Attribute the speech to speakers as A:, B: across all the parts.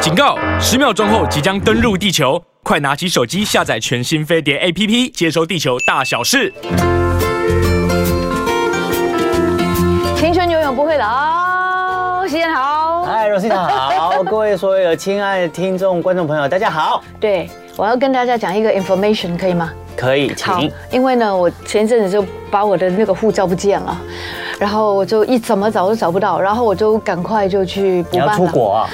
A: 警告！十秒钟后即将登陆地球，快拿起手机下载全新飞碟 APP，接收地球大小事。
B: 青春永远不会老，时间好。
C: 嗨，罗西 塔好，各位所有亲爱的听众、观众朋友，大家好。
B: 对，我要跟大家讲一个 information，可以吗？
C: 可以，
B: 好
C: 请。，
B: 因为呢，我前一阵子就把我的那个护照不见了，然后我就一怎么找都找不到，然后我就赶快就去补
C: 你
B: 办
C: 要
B: 了。
C: 出国啊？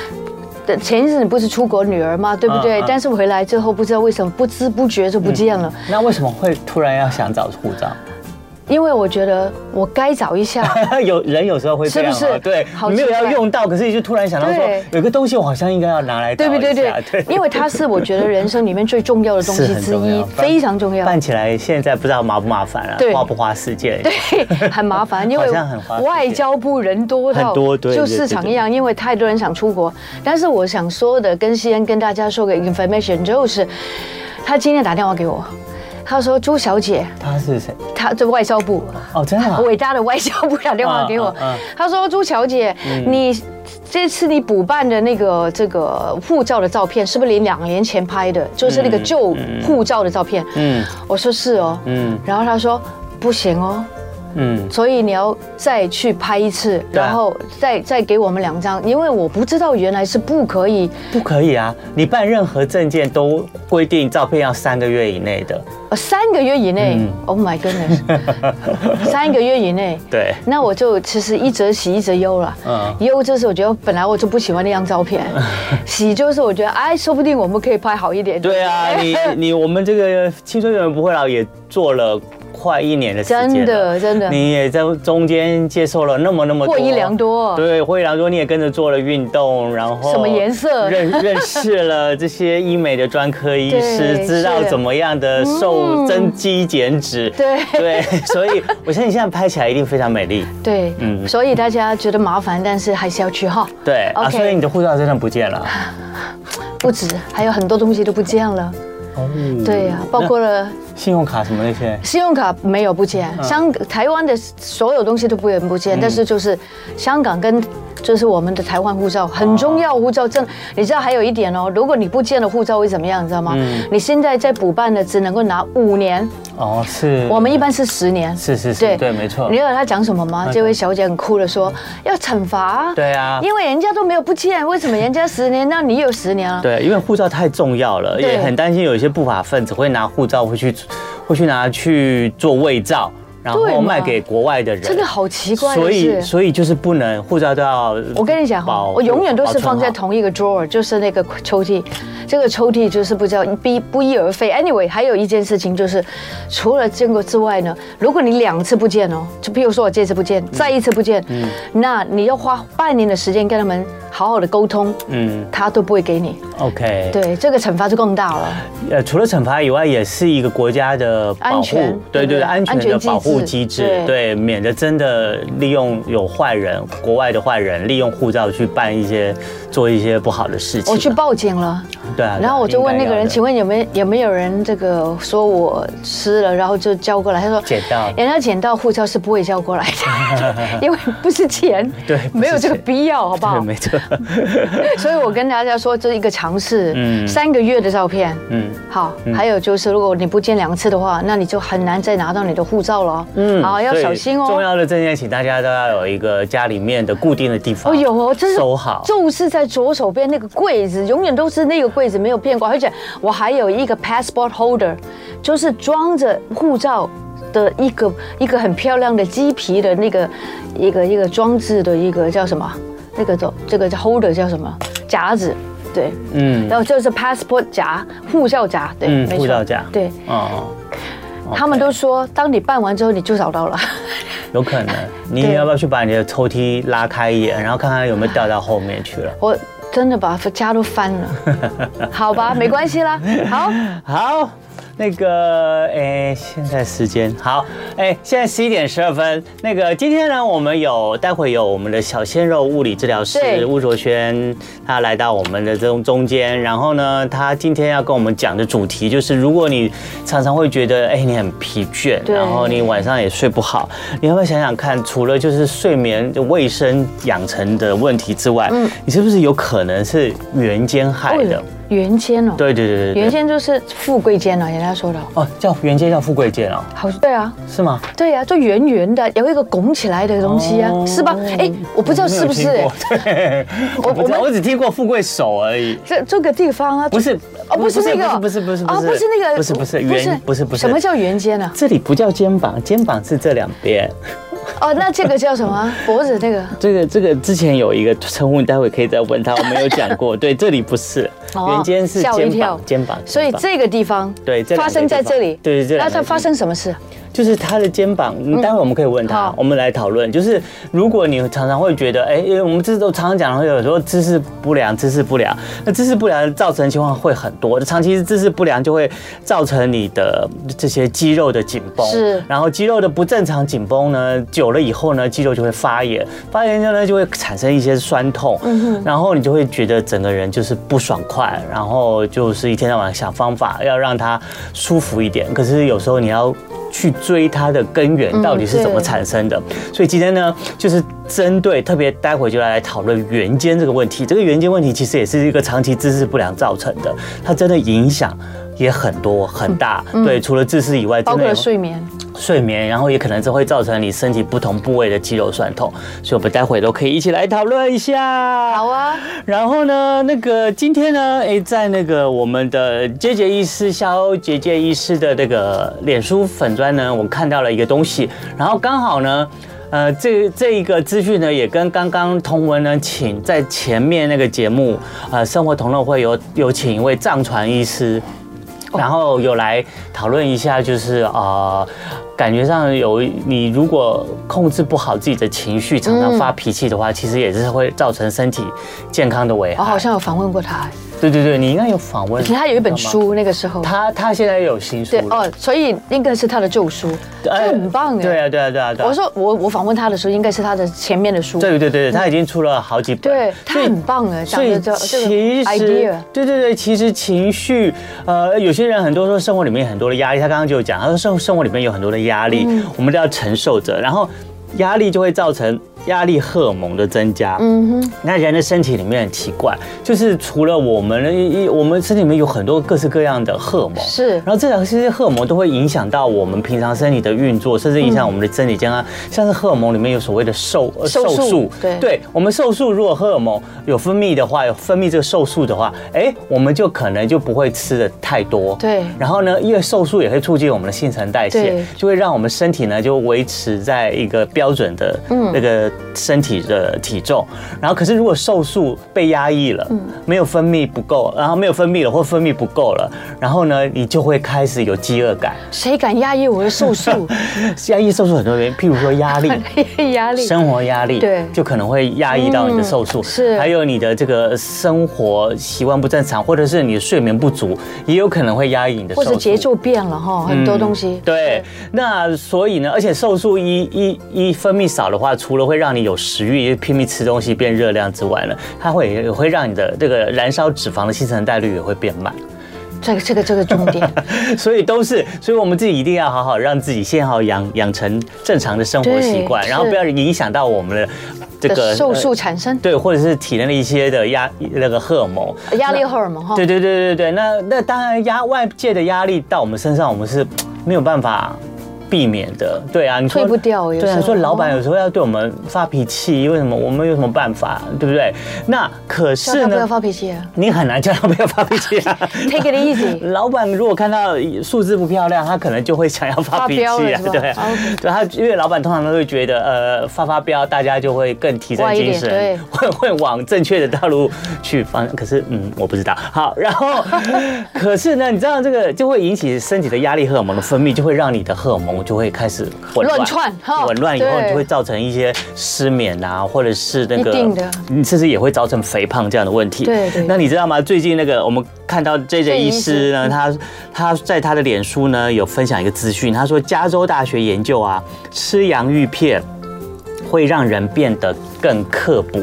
B: 对前一阵子不是出国女儿嘛，对不对？
C: 嗯嗯
B: 但是回来之后不知道为什么不知不觉就不见了，
C: 那为什么会突然要想找护照？
B: 因为我觉得我该找一下。
C: 有人有时候会这样啊，
B: 是不是
C: 对
B: 好，
C: 你没有
B: 奇怪
C: 要用到，可是就突然想到
B: 对
C: 说，有个东西我好像应该要拿来找
B: 对
C: 一
B: 不
C: 下。
B: 对？对，因为它是我觉得人生里面最重要的东西
C: 是很
B: 之
C: 重
B: 一
C: 要，
B: 非常重要。
C: 办起来现在不知道麻不麻烦啊
B: 对，
C: 花不花时间？
B: 对， 很麻烦，因为
C: 好像很花时间
B: 外交部人多到
C: 很多对
B: 就
C: 对
B: 市场一样，因为太多人想出国。但是我想说的，跟西安跟大家说个 information，就是他今天打电话给我，他说朱小姐，
C: 他是谁？
B: 他这外交部。
C: 哦，真 的啊。
B: 伟大的外交部打电话给我
C: 嗯嗯嗯，
B: 他说：“朱小姐，
C: 嗯
B: 你这次你补办的那个这个护照的照片，是不是你两年前拍的？就是那个旧护照的照片？”
C: 嗯
B: 我说：“是哦。”
C: 嗯
B: 然后他说：“不行哦，
C: 嗯，
B: 所以你要再去拍一次，
C: 对啊
B: 然后再再给我们两张，因为我不知道原来是不可以，
C: 不可以啊！你办任何证件都规定照片要三个月以内的。
B: 呃三个月以内、o
C: 嗯
B: h my goodness，三 个月以内。
C: 对，
B: 那我就其实一则喜一则忧了，
C: 嗯
B: 忧就是我觉得本来我就不喜欢那张照 片，喜就是我觉得哎，说不定我们可以拍好一点。
C: 对 啊，你你我们这个青春永远不会老也做了快一年的时 间了
B: 真的真的
C: 你也在中间接受了那么那么多
B: 获益良多
C: 对，获益良多，你也跟着做了运动，然后
B: 什么颜色
C: 认认识了这些医美的专科 医
B: 对
C: 师，知道
B: 是
C: 怎么样的瘦增肌减脂，
B: 嗯对
C: 对， 所以我相信现在拍起来一定非常美丽，
B: 对，
C: 嗯
B: 所以大家觉得麻烦，但是还是要去哈。
C: 对啊，
B: OK
C: 所以你的护照真的不见了，
B: 不止，还有很多东西都不见了。
C: 哦，
B: 对呀、包括了。
C: 信用卡什么那些，
B: 信用卡没有不见，
C: 嗯
B: 香台湾的所有东西都不能不见，但是就是香港跟就是我们的台湾护照很重要，护照证你知道还有一点哦，如果你不见了护照会怎么样，你知道吗？
C: 嗯
B: 你现在在补办的只能够拿五年，
C: 哦，是
B: 我们一般是十年，
C: 是是是，对，没错
B: 你，知道他讲什么吗？这位小姐很酷的说要惩罚啊，
C: 对啊
B: 因为人家都没有不见，为什么人家十年，那你有十年啊？
C: 对，因为护照太重要了，
B: 对
C: 也很担心有一些不法分子会拿护照会去，会去拿去做伪造，然
B: 对嘛
C: 后卖给国外的人。
B: 真的好奇怪的
C: 所以
B: 是。
C: 所以就是不能护照都要。
B: 我跟你讲哈，
C: 保
B: 我永远都是
C: 保存好
B: 放在同一个 drawer，就是那个抽屉。这个抽屉就是不知道不一不翼而飞。Anyway，还有一件事情就是，除了这个之外呢，如果你两次不见哦，就比如说我这次不见，再一次不见，
C: 嗯
B: 那你要花半年的时间跟他们好好的沟通，
C: 嗯
B: 他都不会给你。
C: ，OK。
B: 对，这个惩罚就更大了。
C: 呃，除了惩罚以外，也是一个国家的保
B: 安
C: 护
B: 全，
C: 对
B: 对
C: 对
B: 不对
C: 对，安全的保
B: 安全
C: 护机制
B: 机制，
C: 对，免得真的利用有坏人，国外的坏人利用护照去办一些做一些不好的事情。
B: 我去报警了。
C: 对啊，对啊
B: 然后我就问那个人，请
C: 应
B: 问有没有有没有人这个说我吃了，然后就交过来？他说
C: 捡到
B: 人家捡到护照是不会交过来 的，因为不是钱，
C: 对不是
B: 没有这个
C: 钱
B: 必要，好不
C: 该要的
B: 好
C: 对，？没错，
B: 所以我跟大家说，这是一个尝试，
C: 嗯
B: 三个月的照片，
C: 嗯。
B: 好，还有就是如果你不见两次的话，那你就很难再拿到你的护照了，嗯，好，要
C: 所以
B: 小心
C: 重
B: 哦。
C: 要的证件，请大家都要有一个家里面的固定的地方。
B: 哦，有哦，真是
C: 收好。
B: 就是在左手边那个柜子，永远都是那个柜子没有变过。而且我还有一个 passport holder，就是装着护照的一个一个很漂亮的鸡皮的那个一个一个装置的一个叫什么？那个叫这个叫 holder 叫什么？夹子，对，
C: 嗯
B: 然后就是 passport 夹、护照夹，对，
C: 嗯
B: 没错
C: 护照夹
B: 对，
C: 哦，
B: 他们都说，当你办完之后你就找到了。
C: 有可能。你
B: 对
C: 要不要去把你的抽屉拉开一眼，然后看看有没有掉到后面去了？
B: 我 真的把家都翻了，好吧，没关系啦，好。
C: 好，那个，哎，现在时间好，哎，现在十一点十二分。那个今天呢，我们有待会有我们的小鲜肉物理治疗
B: 对
C: 师吴卓轩，他来到我们的中中间。然后呢，他今天要跟我们讲的主题就是，如果你常常会觉得，哎，你很疲倦，
B: 对
C: 然后你晚上也睡不好，你要不要想想看，除了就是睡眠的卫生养成的问题之外，
B: 嗯
C: 你是不是有可能是原间害的？
B: 哦，圆肩哦，
C: 对对对对对，
B: 圆肩就是富贵肩啊，人家说的，
C: 哦，叫原间叫富贵间哦，
B: 好，对啊，
C: 是吗？
B: 对呀、就圆圆的，有一个拱起来的东西啊，
C: 哦
B: 是吧？哎，我不知道是不是、
C: 我没有
B: 哎
C: 听
B: 我
C: 过对，我不知道
B: 我们
C: 我只听过富贵手而已。
B: 这这个地方啊，
C: 不是
B: 哦，不是那个，
C: 不是不是
B: 哦，不是那个，
C: 不是不是圆不是不是
B: 什么叫圆肩啊？
C: 这里不叫肩膀，肩膀是这两边。
B: 哦，那这个叫什 么？脖子那个
C: 这个这个之前有一个称呼，你待会可以再问他，我没有讲 过。对，这里不是，
B: 哦
C: 圆肩是
B: 吓我一
C: 肩
B: 跳
C: 膀，肩膀。
B: 所以
C: 肩膀
B: 这个地方
C: 对这两个
B: 发生在这里，
C: 地方对这两
B: 那
C: 个
B: 它发生什么事？
C: 就是他的肩膀，嗯待会我们可以问他
B: 好，
C: 我们来讨论。就是如果你常常会觉得，哎，因为我们这都常常讲，会有说姿势不良，姿势不良，那姿势不良造成情况会很多，长期姿势不良就会造成你的这些肌肉的紧绷，
B: 是
C: 然后肌肉的不正常紧绷呢，久了以后呢，肌肉就会发炎，发炎之后呢就会产生一些酸痛，
B: 嗯
C: 然后你就会觉得整个人就是不爽快，然后就是一天到晚想方法要让它舒服一点，可是有时候你要。去追它的根源到底是怎么
B: 嗯对
C: 产生的？所以今天呢，就是针对特别待会就来讨论圆肩这个问题。这个圆肩问题其实也是一个长期姿势不良造成的，它真的影响也很多很大。对，除了姿势以外，
B: 嗯包
C: 真的
B: 括
C: 有
B: 睡眠。
C: 睡眠，然后也可能这会造成你身体不同部位的肌肉酸痛，所以我们待会都可以一起来讨论一下。
B: 好啊，
C: 然后呢，那个今天呢，哎，在那个我们的杰杰医师、肖杰杰医师的那个脸书粉砖呢，我看到了一个东西，然后刚好呢。呃，这这一个资讯呢，也跟刚刚同文呢，请在前面那个节目，呃，生活同乐会有有请一位藏传医师，然后有来讨论一下，就是呃，感觉上有你如果控制不好自己的情绪，常常发脾气的话，其实也是会造成身体健康的危
B: 我哦好
C: 害。
B: 像有访问过他，
C: 对对对，你应该有访问，
B: 他有一本
C: 知道吗，
B: 书，那个时候。
C: 他他现在有新书
B: 对
C: 了，
B: 哦，所以应该是他的旧书，这
C: 哎
B: 很棒哎。
C: 对啊对啊对啊对啊
B: 我。说我我访问他的时候，应该是他的前面的书。
C: 对对对，他已经出了好几本，
B: 对，他
C: 所以
B: 很棒哎，讲
C: 所以
B: 的这这
C: 其
B: 个
C: 实
B: idea，，
C: 对对对，其实情绪，呃，有些人很多说生活里面有很多的压力，他刚刚就有讲，他说生生活里面有很多的压力，
B: 嗯
C: 我们都要承受着，然后压力就会造成压力荷尔蒙的增加，
B: 嗯哼，
C: 那人的身体里面很奇怪，就是除了我们的一，一我们身体里面有很多各式各样的荷尔蒙，
B: 是
C: 然后这两些荷尔蒙都会影响到我们平常身体的运作，甚至影响我们的身体健康。像是荷尔蒙里面有所谓的瘦呃
B: 嗯瘦素对
C: 我们瘦素如果荷尔蒙有分泌的话，有分泌这个瘦素的话，哎，我们就可能就不会吃的太多，
B: 对
C: 然后呢，因为瘦素也会促进我们的新陈代谢
B: 对，
C: 就会让我们身体呢就维持在一个标准的
B: 嗯
C: 那个身体的体重。然后可是如果瘦素被压抑了，
B: 嗯
C: 没有分泌不够，然后没有分泌了或分泌不够了，然后呢你就会开始有饥饿感。
B: 谁敢压抑我的瘦素？
C: 压抑瘦素很多原因，譬如说 压 力。
B: 压力。
C: 生活压力，
B: 对
C: 就可能会压抑到你的瘦素，
B: 嗯是
C: 还有你的这个生活习惯不正常，或者是你的睡眠不足，也有可能会压抑你的瘦
B: 或
C: 素。嗯
B: 者节奏变了哈，很多东西。
C: 对，那所以呢，而且瘦素一一一分泌少的话，除了会让你有食欲，拼命吃东西变热量之外呢，它会也会让你的这个燃烧脂肪的新陈代谢率也会变慢，
B: 这个这个这个重点，
C: 所以都是，所以我们自己一定要好好让自己先好养养成正常的生活习惯，
B: 对
C: 然后
B: 是
C: 不要影响到我们的 这个
B: 的瘦素
C: 呃
B: 产生
C: 对，或者是体内的一些的压那个荷尔蒙，
B: 压力荷尔蒙哈。
C: 呃对对对对对，那那当然压外界的压力到我们身上，我们是没有办法避免的。对啊，你说
B: 退不掉有时候
C: 对啊，你说老板有时候要对我们发脾气，为什么我们有什么办法，对不对？那可
B: 叫
C: 是
B: 他不要
C: 呢，
B: 发脾气啊
C: 你很难叫他不要发脾气啊。
B: ，Take it easy。
C: 老板如果看到数字不漂亮，他可能就会想要发脾
B: 发飙了
C: 气啊
B: 是，吧
C: 对啊
B: 哦，
C: 对他，因为老板通常都会觉得，呃，发发飙，大家就会更提升
B: 乖一
C: 精
B: 点对
C: 神，会 会往正确的道路去方向。可是，嗯，我不知道。好，然 后，可是呢，你知道这个就会引起身体的压力荷尔蒙的分泌，就会让你的荷尔蒙统就会开始混
B: 乱窜哈
C: 混乱以后
B: 对
C: 你就会造成一些失眠啊，或者是那个，
B: 一定的
C: 你甚至也会造成肥胖这样的问题。
B: 对对
C: 那你知道吗？最近那个我们看到 J J 医师呢，
B: 嗯
C: 他他在他的脸书呢有分享一个资讯，他说加州大学研究啊，吃洋芋片会让人变得更刻薄。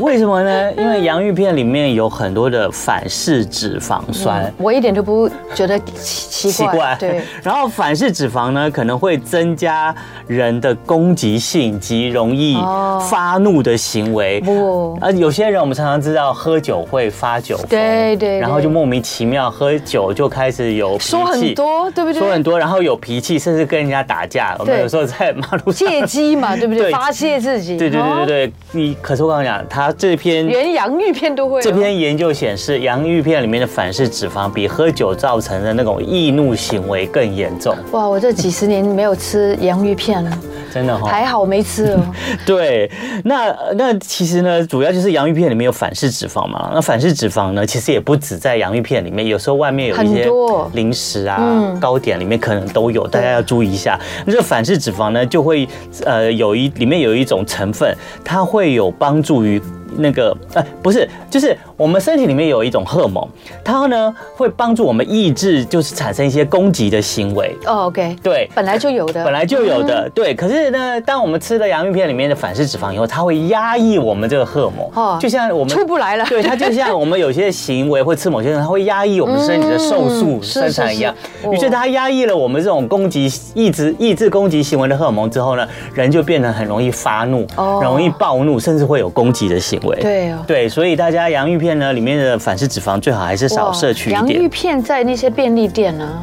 C: 为什么呢？因为洋芋片里面有很多的反式脂肪酸。
B: 我一点都不觉得奇奇
C: 奇
B: 怪，
C: 怪，
B: 对。
C: 然后反式脂肪呢，可能会增加人的攻击性及容易
B: 哦
C: 发怒的行为。
B: 不
C: 啊，有些人我们常常知道喝酒会发酒疯，
B: 对对
C: 然后就莫名其妙喝酒就开始有脾气，
B: 说很多，对不对？
C: 说很多，然后有脾气，甚至跟人家打架。我们
B: 对
C: 有时候在马路上，
B: 借机嘛，对不对？
C: 对
B: 发泄自己。
C: 对对对对
B: 哦，
C: 对，你可是我跟你讲，他这篇
B: 连洋芋片都会哦。
C: 嗯这篇研究显示，洋芋片里面的反式脂肪比喝酒造成的那种易怒行为更严重，
B: 哇，我这几十年没有吃洋芋片了，
C: 真的哈、
B: 还好没吃 哦。
C: 对，那那其实呢，主要就是洋芋片里面有反式脂肪嘛。那反式脂肪呢，其实也不止在洋芋片里面，有时候外面有一
B: 很
C: 些
B: 多
C: 零食啊、
B: 嗯
C: 糕点里面可能都有，大家要注意一下。那这反式脂肪呢，就会呃有一里面有一种成分，它会有帮助于。那个呃不是，就是我们身体里面有一种荷尔蒙，它呢会帮助我们抑制，就是产生一些攻击的行为。
B: 哦，OK，
C: 对，
B: 本来就有的。
C: 本来就有
B: 嗯
C: 的，对。可是呢，当我们吃了洋芋片里面的反式脂肪以后，它会压抑我们这个荷尔蒙，
B: 哦
C: 就像我们
B: 出不来了。
C: 对，它就像我们有些行为或吃某些人，它会压抑我们身体的瘦素
B: 嗯是
C: 生产一样
B: 是是。哦
C: 于是它压抑了我们这种攻击、抑制、抑制攻击行为的荷尔蒙之后呢，人就变得很容易发怒，
B: 哦
C: 容易暴怒，甚至会有攻击的行为。
B: 对哦。
C: 对，所以大家洋芋片呢里面的反式脂肪最好还是少
B: 哇
C: 摄取一
B: 洋
C: 点
B: 芋。片在那些便利店啊，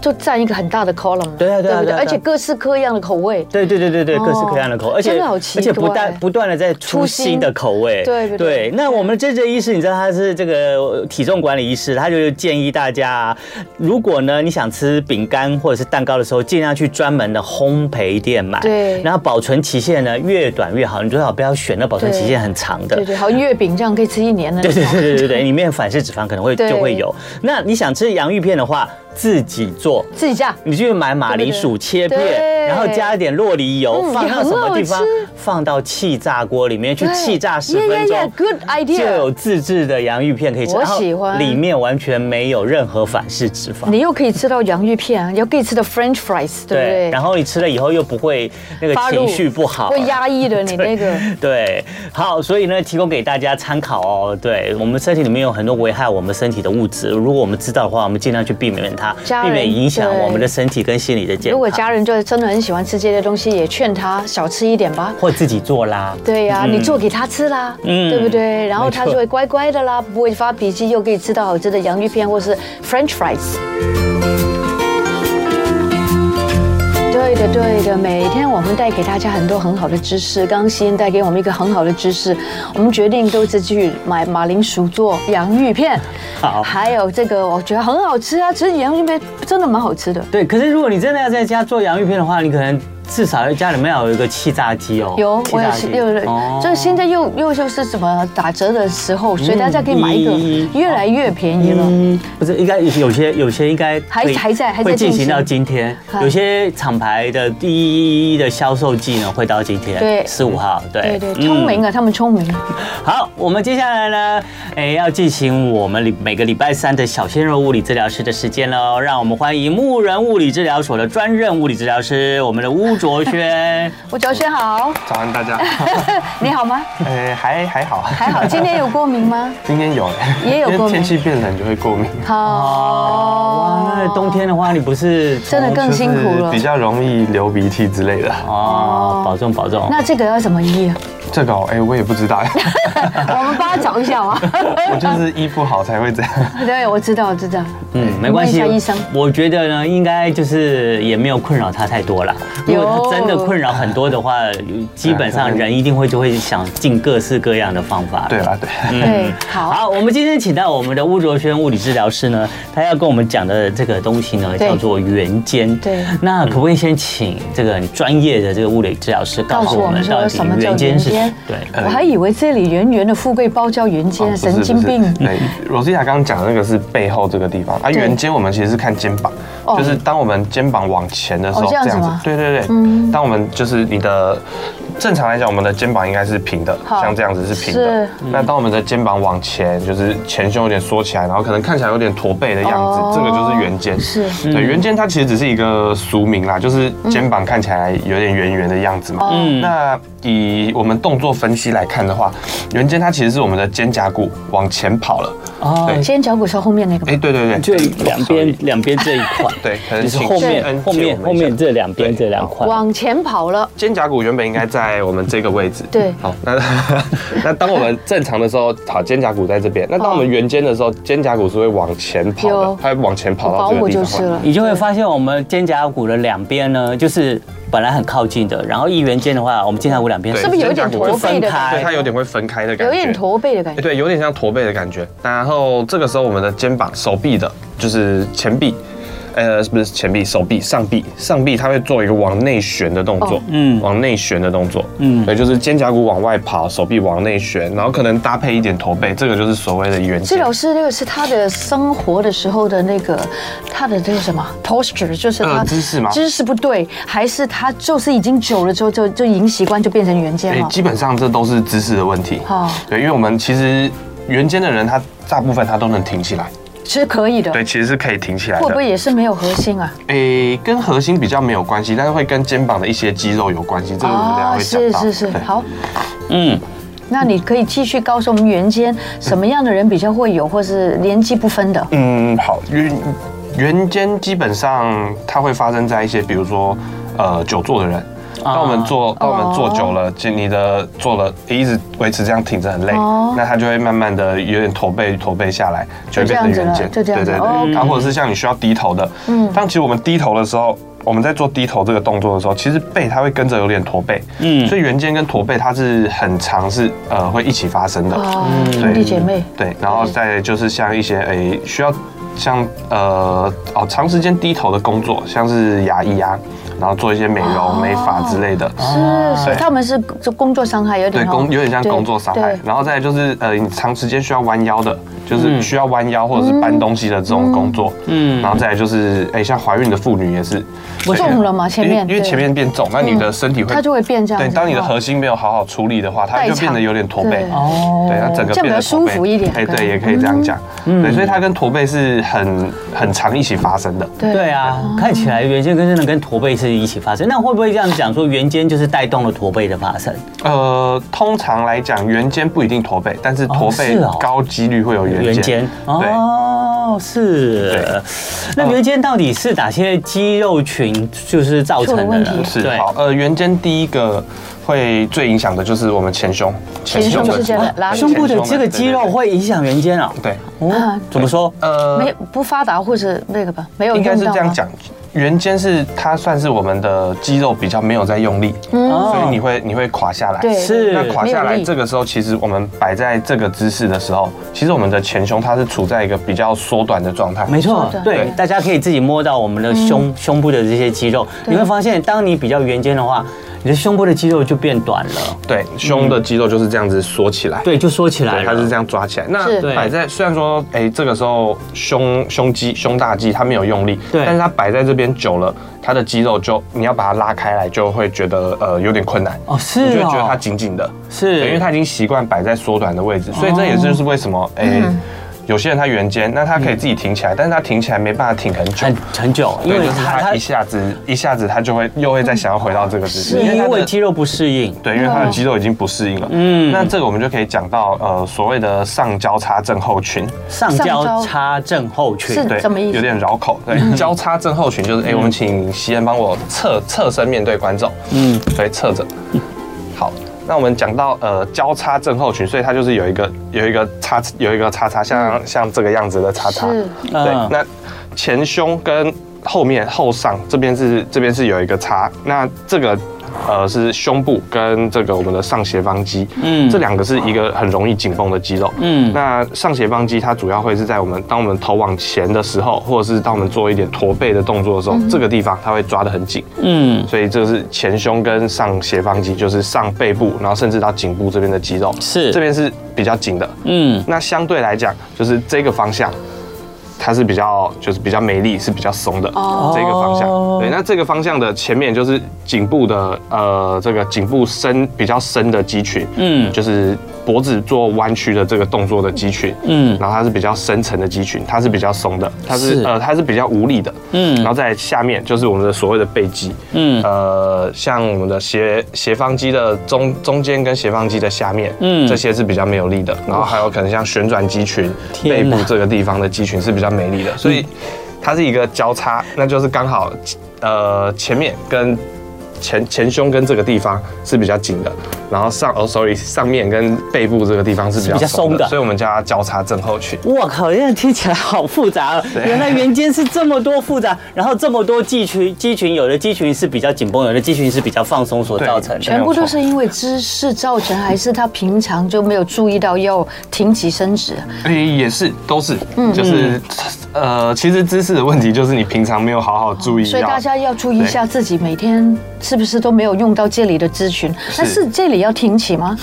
B: 就占一个很大的 column。
C: 对啊对啊
B: 不
C: 对啊对啊
B: 而且各式各样的口味。
C: 对对对对对，
B: 哦
C: 各式各样的口味，而
B: 真
C: 且
B: 的好奇
C: 而且不
B: 怪
C: 断不断的在出
B: 出
C: 新
B: 新
C: 的口味。
B: 对对对
C: 那我们这这医师，你知道他是这个呃体重管理医师，他就建议大家啊，如果呢你想吃饼干或者是蛋糕的时候，尽量去专门的烘焙店买。
B: 对
C: 然后保存期限呢越短越好，你最好不要选那保存期限很长的
B: 对。对，好像月饼这样可以吃一年的那
C: 对
B: 种。
C: 对对对对对，里面反式脂肪可能会
B: 对
C: 就会有。那你想吃洋芋片的话，自己做。
B: 自己家。
C: 你去买马铃薯切片，
B: 对
C: 然后加一点洛梨油，
B: 嗯
C: 放到什么地方
B: 也很好吃？
C: 放到气炸锅里面去
B: 对
C: 气炸十
B: Yeah,
C: 分
B: yeah, yeah,
C: 钟。
B: good
C: 就
B: idea。
C: 有自制的洋芋片可以吃，
B: 我
C: 然后
B: 喜欢
C: 里面完全没有任何反式脂肪。
B: 你又可以吃到洋芋片，啊又可以吃到 French fries，对不对？
C: 然后你吃了以后又不会那个
B: 发
C: 情
B: 怒
C: 绪不好，啊
B: 会压抑的你那个。
C: 对，好，所以呢，提供给大家参考哦。对我们身体里面有很多危害我们身体的物质，如果我们知道的话，我们尽量去避免它，
B: 家
C: 避
B: 人
C: 免影响
B: 对
C: 我们的身体跟心理的健康。
B: 如果家人就真的很喜欢吃这些东西，也劝他少吃一点吧。
C: 或自己做啦，
B: 对呀、
C: 嗯
B: 你做给他吃啦，
C: 嗯
B: 对不对？然后他
C: 没错
B: 就会乖乖的啦，不会发脾气，又可以吃到好吃的洋芋片或是 French fries。对的，对的，每天我们带给大家很多很好的知识。刚刚西恩带给我们一个很好的知识，我们决定都是去买马铃薯做洋芋片。
C: 好
B: 还有这个我觉得很好吃啊，其实洋芋片真的蛮好吃的。
C: 对，可是如果你真的要在家做洋芋片的话，你可能至少要家里面要有一个气炸机哦。
B: 有，
C: 气
B: 我
C: 炸
B: 也
C: 机哦
B: 是，有人，就是现在又又就是什么打折的时候，所以大家可以买一个
C: 嗯，
B: 越来越便宜了。
C: 嗯，不是，应该有些有些应该
B: 还
C: 可以
B: 还在还在
C: 会进
B: 进
C: 行
B: 行
C: 到今天，
B: 好
C: 有些厂牌的第一的销售季呢会到今天，
B: 对
C: 十五号，
B: 对
C: 对
B: 对，
C: 嗯
B: 聪明啊，他们聪明。
C: 好，我们接下来呢，哎，要进行我们礼每个礼拜三的小鲜肉物理治疗师的时间喽，让我们欢迎牧人物理治疗所的专任物理治疗师，我们的巫卓轩。
B: 我哲轩好，
D: 早安，大家。
B: 你好吗？
D: 呃，还还好，
B: 还好，今天有过敏吗？
D: 今天有，
B: 也有
D: 因
B: 过
D: 为
B: 敏
D: 天气变冷就会过敏。
B: 好啊
C: 哇，，那冬天的话，你不是
B: 真的更辛苦
D: 就是
B: 了
D: 比。较容易流鼻涕之类的。
C: 哦，保重保重。
B: 那这个要怎么医 啊？
D: 这个哦哎、我也不知 道，
B: 我们帮他找一下 啊。
D: 我就是医不好才会这样。
B: 对，我知道，我知道。
C: 嗯，没关系
B: 问一下医生。
C: 我觉得呢，应该就是也没有困扰他太多啦。如
B: 有
C: 果他真的困扰很多的话，基本上人一定会就会想尽各式各样的方法。嗯
D: 对啦，对。
B: 对，嗯好，
C: 好，我们今天请到我们的巫卓轩物理治疗师呢，他要跟我们讲的这个东西呢，
B: 对
C: 叫做圆肩。
B: 对
C: 那可不可以先请这个专业的这个物理治疗师告
B: 告
C: 诉
B: 诉
C: 我
B: 我
C: 们
B: 们
C: 到
B: 说
C: 底
B: 什么叫
C: 圆
B: 圆
C: 肩
B: 肩
C: 是什
B: 间，呃
C: 对
B: 我还以为这里圆圆的富贵包叫圆
D: 哦
B: 肩，
D: 不是
B: 神经病
D: 不是。对，罗西亚刚刚讲的那个是背后这个地方，啊，圆肩我们其实是看肩膀，
B: 哦
D: 就是当我们肩膀往前的时
B: 哦
D: 候，
B: 这样子吗嗯
D: 对对对，当我们就是你的正常来讲，我们的肩膀应该是平的，
B: 好
D: 像这样子是平的
B: 是。
D: 那当我们的肩膀往前，就是前胸有点缩起来，然后可能看起来有点驼背的样
B: 哦
D: 子，这个就是圆肩。
B: 是
D: 对，圆肩它其实只是一个俗名啦，就是肩膀看起来有点圆圆的样子嘛。
B: 哦，
D: 那以我们动作分析来看的话，圆肩它其实是我们的肩胛骨往前跑了。
C: 哦，
D: 对
B: 肩胛骨是后面那个吗
D: 哎、？对对
C: 就
D: 对，
C: 两边两边这一块，
D: 对可能
C: 就是
D: 请
C: 后
D: 谢恩
C: 面后
D: 借
C: 面
D: 我们
C: 后
D: 一下
C: 面这两边
D: 对
C: 这两块，
B: 往前跑了，
D: 肩胛骨原本应该在我们这个位置。
B: 对
D: 好，那 那当我们正常的时候，好，肩胛骨在这边。那当我们圆肩的时候，肩胛骨是会往前跑
B: 哦有
D: 的，它会往前跑
B: 保
D: 到这
B: 姆
D: 个地
B: 就
D: 方。
B: 是了。
C: 你就会发现我们肩胛骨的两边呢，就是本来很靠近的，然后一圆肩的话，我们肩胛骨两边
D: 对
B: 是不是有一点
D: 肩胛骨会
B: 驼背的
C: 分开
B: 感
D: 对，
B: 觉？
D: 它有点会分开的感觉。
B: 有点驼背的感
D: 哎，
B: 觉。
D: 对，有点像驼背的感觉。然后这个时候，我们的肩膀、手臂的，就是前臂，呃，不是前臂，手臂、上臂，上臂它会做一个往内旋的动
B: 哦
D: 作，
C: 嗯
D: 嗯，往内旋的动作，
C: 嗯
D: 嗯，对，就是肩胛骨往外跑，手臂往内旋，然后可能搭配一点驼背，这个就是所谓的圆
B: 治
D: 肩。
B: 疗师那个是他的生活的时候的那个他的这个什么 posture，就是他
D: 呃姿势吗
B: 姿势不对，还是他就是已经久了之后就就已经习惯就变成圆肩
D: 哎
B: 了？
D: 基本上这都是姿势的问题。
B: 哦
D: 对，因为我们其实圆肩的人，他大部分他都能挺起来，
B: 是可以的，
D: 对，其实是可以挺起来的。
B: 会不会也是没有核心啊？
D: 诶、跟核心比较没有关系，但是会跟肩膀的一些肌肉有关系，这个我们等一下
B: 啊是
D: 会讲到。
B: 哦是是，好。
C: 嗯，
B: 那你可以继续告诉我们圆
D: 嗯
B: 肩什么样的人比较会有，或是年纪不分的？
D: 嗯，好，圆圆肩基本上它会发生在一些，比如说呃久坐的人。
B: 啊
D: 当我们坐，
B: 哦
D: 当我们坐久了，就你的坐了一直维持这样挺着很累
B: 哦，
D: 那它就会慢慢的有点驼背，驼背下来，就会变成圆肩，
B: 就这样子了就这样子
D: 对对
B: 哦
D: 对。然后或者是像你需要低头的，嗯，当其实我们低头的时候，我们在做低头这个动作的时候，其实背它会跟着有点驼背，
C: 嗯
D: 嗯，所以圆肩跟驼背它是很常是呃会一起发生的，
B: 哦，兄弟姐妹，
D: 对，然
B: 嗯
D: 后再就是像一些诶、需要像呃哦长时间低头的工作，像是牙医啊，然后做一些美
B: 哦
D: 容、美发之类的。
B: 是是，
D: 哦对
B: 他们是就工作伤害有
D: 对
B: 点哦
D: 工有点像
B: 对
D: 工作伤害
B: 对，
D: 然后再来就是呃，你长时间需要弯腰的，就是
C: 嗯
D: 需要弯腰或者是搬东西的这种工作，
C: 嗯
D: 嗯，然后再来就是哎，像怀孕的妇女也是，对
B: 重了嘛前面
D: 因为因为
B: 对嗯
D: 前面变重，那你的身体会
B: 它就会变这样
D: 对，
B: 子。
D: 当你的
B: 哦
D: 核心没有好好处理的话，它
B: 代
D: 就
B: 偿
D: 变得有点驼背
B: 对，
C: 哦
D: 对，它整个
B: 这样比
D: 变
B: 较
D: 得
B: 舒服一点
D: 哎，
B: 可能嗯
D: 对，也可以这样讲。对，所以它跟驼背是很很常一起发生的。
B: 对
C: 对啊，看起来圆肩跟真的跟驼背是一起发生，那会不会这样讲说圆肩就是带动了驼背的发生？
D: 呃，通常来讲，圆肩不一定驼背，但是驼背
C: 是哦
D: 高几率会有圆
C: 圆
D: 肩
C: 肩。哦，是
D: 对。哦
C: 那圆肩到底是哪些肌肉群就是造成
B: 出了
C: 的
B: 问
C: 呢？
B: 题
D: 是
C: 对，
D: 好，呃，圆肩第一个会最影响的就是我们前胸，
B: 前胸
D: 的
B: 是这样
D: 部分
B: 拉
C: 胸部的这个肌肉会影响圆肩 啊？
D: 对，
C: 哦，怎么说？
D: 呃
B: 没不发达或是那个吧，没有
D: 应
B: 哦用到啊吗
D: 该是这样，讲，圆肩是它算是我们的肌肉比较没有在用力，
C: 哦
D: 所以你会你会垮下来。
B: 嗯哦对，
C: 是
D: 那垮下
B: 没有
D: 来，
B: 力
D: 这个时候其实我们摆在这个姿势的时候，其实我们的前胸它是处在一个比较缩短的状态。
C: 没错
B: 说的，
C: 对
D: 对，嗯
C: 大家可以自己摸到我们的胸、胸部的这些肌肉，
B: 对
C: 你会发现，当你比较圆肩的话，你的胸部的肌肉就变短了，
D: 对，胸的肌肉就是这样子缩起来。
C: 嗯对，就缩起来
D: 对，
C: 了。
D: 它是这样抓起来。
B: 是
D: 那
C: 对
D: 摆在虽然说，哎，这个时候胸胸肌、胸大肌它没有用力，
C: 对
D: 但是它摆在这边久了，它的肌肉就你要把它拉开来，就会觉得呃有点困难。
C: 哦，是
D: 你就会觉得它
C: 哦，
D: 紧紧的，
C: 是哦
D: 对因为它已经习惯摆在缩短的位置，所以这也是就是为什么哎，
C: 嗯
D: 有些人他圆肩，那他可以自己挺起来，但是他挺起来没办法挺很久
C: 很，很久，因
D: 因
C: 为
D: 为
C: 它
D: 他
C: 它
D: 一下子一下子他就会又会再想要回到这个姿势，
C: 因
D: 它的
C: 为肌肉不适应，
D: 对，因为他的肌肉已经不适应了。
C: 嗯
D: 嗯，那这个我们就可以讲到呃所谓的上交叉症候群，
C: 上
B: 上
C: 交
B: 交
C: 叉症候群
B: 是，
D: 对
B: 什么意思
D: 有点绕口。对， 交叉症候群就是哎、我们请席恩帮我侧侧身面对观众，
C: 嗯，
D: 对，侧着。好，那我们讲到呃交叉症候群，所以它就是有一个有一个叉有一个叉叉，像、像这个样子的叉叉。
B: 是
D: 对，
C: 嗯
D: 那前胸跟后面后上这边是这边是有一个叉，那这个呃是胸部跟这个我们的上斜方肌，
C: 嗯
D: 嗯，这两个是一个很容易紧绷的肌肉，
C: 嗯
D: 嗯，那上斜方肌它主要会是在我们当我们头往前的时候，或者是当我们做一点驼背的动作的时候，这个地方它会抓得很紧，
C: 嗯，
D: 所以这个是前胸跟上斜方肌，就是上背部，然后甚至到颈部这边的肌肉，
C: 是
D: 这边是比较紧的，
C: 嗯，
D: 那相对来讲，就是这个方向，它是比较就是比较没力，是比较松的。
B: 哦
D: 这个方
C: 哦
D: 向，对，那这个方向的前面就是颈部的呃，这个颈部深比较深的肌群，
C: 嗯
D: 就是脖子做弯曲的这个动作的肌群，
C: 嗯
D: 然后它是比较深层的肌群，它是比较松的，它是
C: 是
D: 呃它是比较无力的，
C: 嗯
D: 然后在下面就是我们的所谓的背肌，
C: 嗯
D: 呃，像我们的斜斜方肌的中中间跟斜方肌的下面，
C: 嗯
D: 嗯，这些是比较没有力的。然后还有可能像旋转肌群、
C: 天
D: 背
C: 哪
D: 部这个地方的肌群是比较没力的，所以它是一个交叉，那就是刚好呃前面跟。前前胸跟这个地方是比较紧的，然后上哦，sorry，上面跟背部这个地方是比
C: 是
D: 较
C: 比较
D: 松
C: 松
D: 的，
C: 的
D: 所以我们叫它交叉症候群。
C: 我靠，现在听起来好复杂哦。原来圆肩是这么多复杂，然后这么多肌群，肌群有的肌群是比较紧绷，有的肌群是比较放松所
D: 对
C: 造成的。
B: 全部都是因为姿势造成，还是他平常就没有注意到要挺起伸直？
D: 诶，也是，都是，就是，呃，其实姿势的问题就是你平常没有好好注意，
B: 嗯所以
D: 到。
B: 大家要注意一下自己每天是不是都没有用到这里的咨询？但是这里要挺起吗？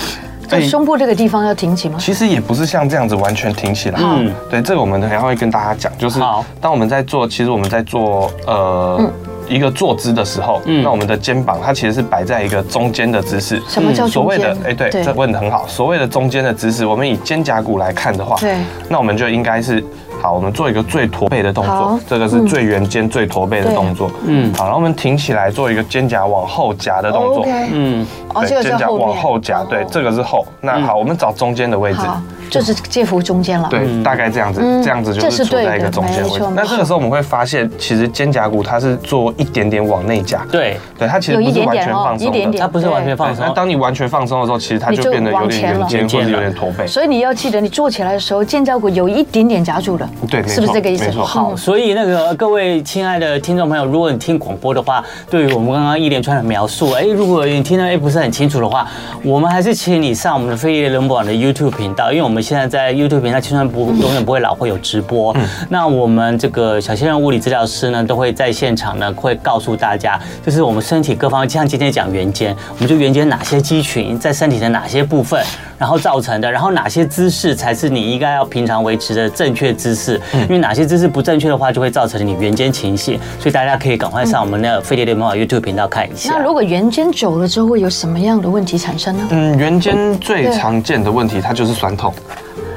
B: 在
D: 哎
B: 胸部这个地方要挺起吗？
D: 其实也不是像这样子完全挺起来。
B: 嗯
D: 嗯，对，这个我们等一下会跟大家讲，就是
C: 好
D: 当我们在做，其实我们在做呃、
B: 嗯
D: 一个坐姿的时候，那我们的肩膀它其实是摆在一个中间的姿势。
B: 什么叫
D: 所
B: 中
D: 谓
B: 间
D: 的？哎、对，这问的很好。所谓的中间的姿势，我们以肩胛骨来看的话，
B: 对
D: 那我们就应该是好，我们做一个最驼背的动
B: 好
D: 作，这个是最圆肩、最驼背的
B: 对
D: 动作。
C: 嗯
D: 嗯，好，然后我们挺起来做一个肩胛往后夹的动作。
B: OK，
C: 嗯，
B: 哦，这个
D: 对，肩
B: 在
D: 胛
B: 后面
D: 往后夹，
B: 哦
D: 对，这个是后。那好，我们找中间的位置。
B: 好，就是介乎中间了。
D: 对，大概这样子
B: 嗯，
D: 这样子就
B: 这是
D: 是处
B: 对
D: 在一个
B: 的
D: 中间
B: 没
D: 位置
B: 错。没
D: 那这个
B: 错
D: 时候我们会发现，其实肩胛骨它是做一点点往内夹，
C: 对，
D: 对，它其
B: 有
D: 实
B: 一
D: 不是
B: 点
D: 完
B: 点
D: 全
B: 哦
D: 放松
B: 一点
D: 的。
B: 点
C: 它不是完全放
D: 对那
C: 松。
D: 当你完全放松的时候，其实它
B: 你
D: 就
B: 就
D: 变得有
B: 往
D: 点
B: 前了
D: 圆肩
C: 尖
D: 或者
C: 了
D: 有点驼背。
B: 所以你要记得，你坐起来的时候，肩胛骨有一点点夹住了，
D: 对没错
B: 是不是这个意思？嗯
D: 没错
B: 好，
C: 所以那个各位亲爱的听众朋友，如果你听广播的话，对于我们刚刚一连串的描述，哎，如果你听到哎不是很清楚的话，我们还是请你上我们的飞碟人网的 YouTube 频道，因为我们现在在 YouTube 频道青春不永远不会老会有直播。那我们这个小鲜肉物理治疗师呢，都会在现场呢会告诉大家，就是我们身体各方面，像今天讲圆肩，我们就圆肩哪些肌群在身体的哪些部分，然后造成的，然后哪些姿势才是你应该要平常维持的正确姿势，因为哪些姿势不正确的话，就会造成你圆肩倾斜，所以大家可以赶快上我们的飞碟联盟网 YouTube 频道看一下
B: 那。如果圆肩久了之后，会有什么样的问题产生呢？
D: 嗯，圆肩最常见的问题，它就是酸痛。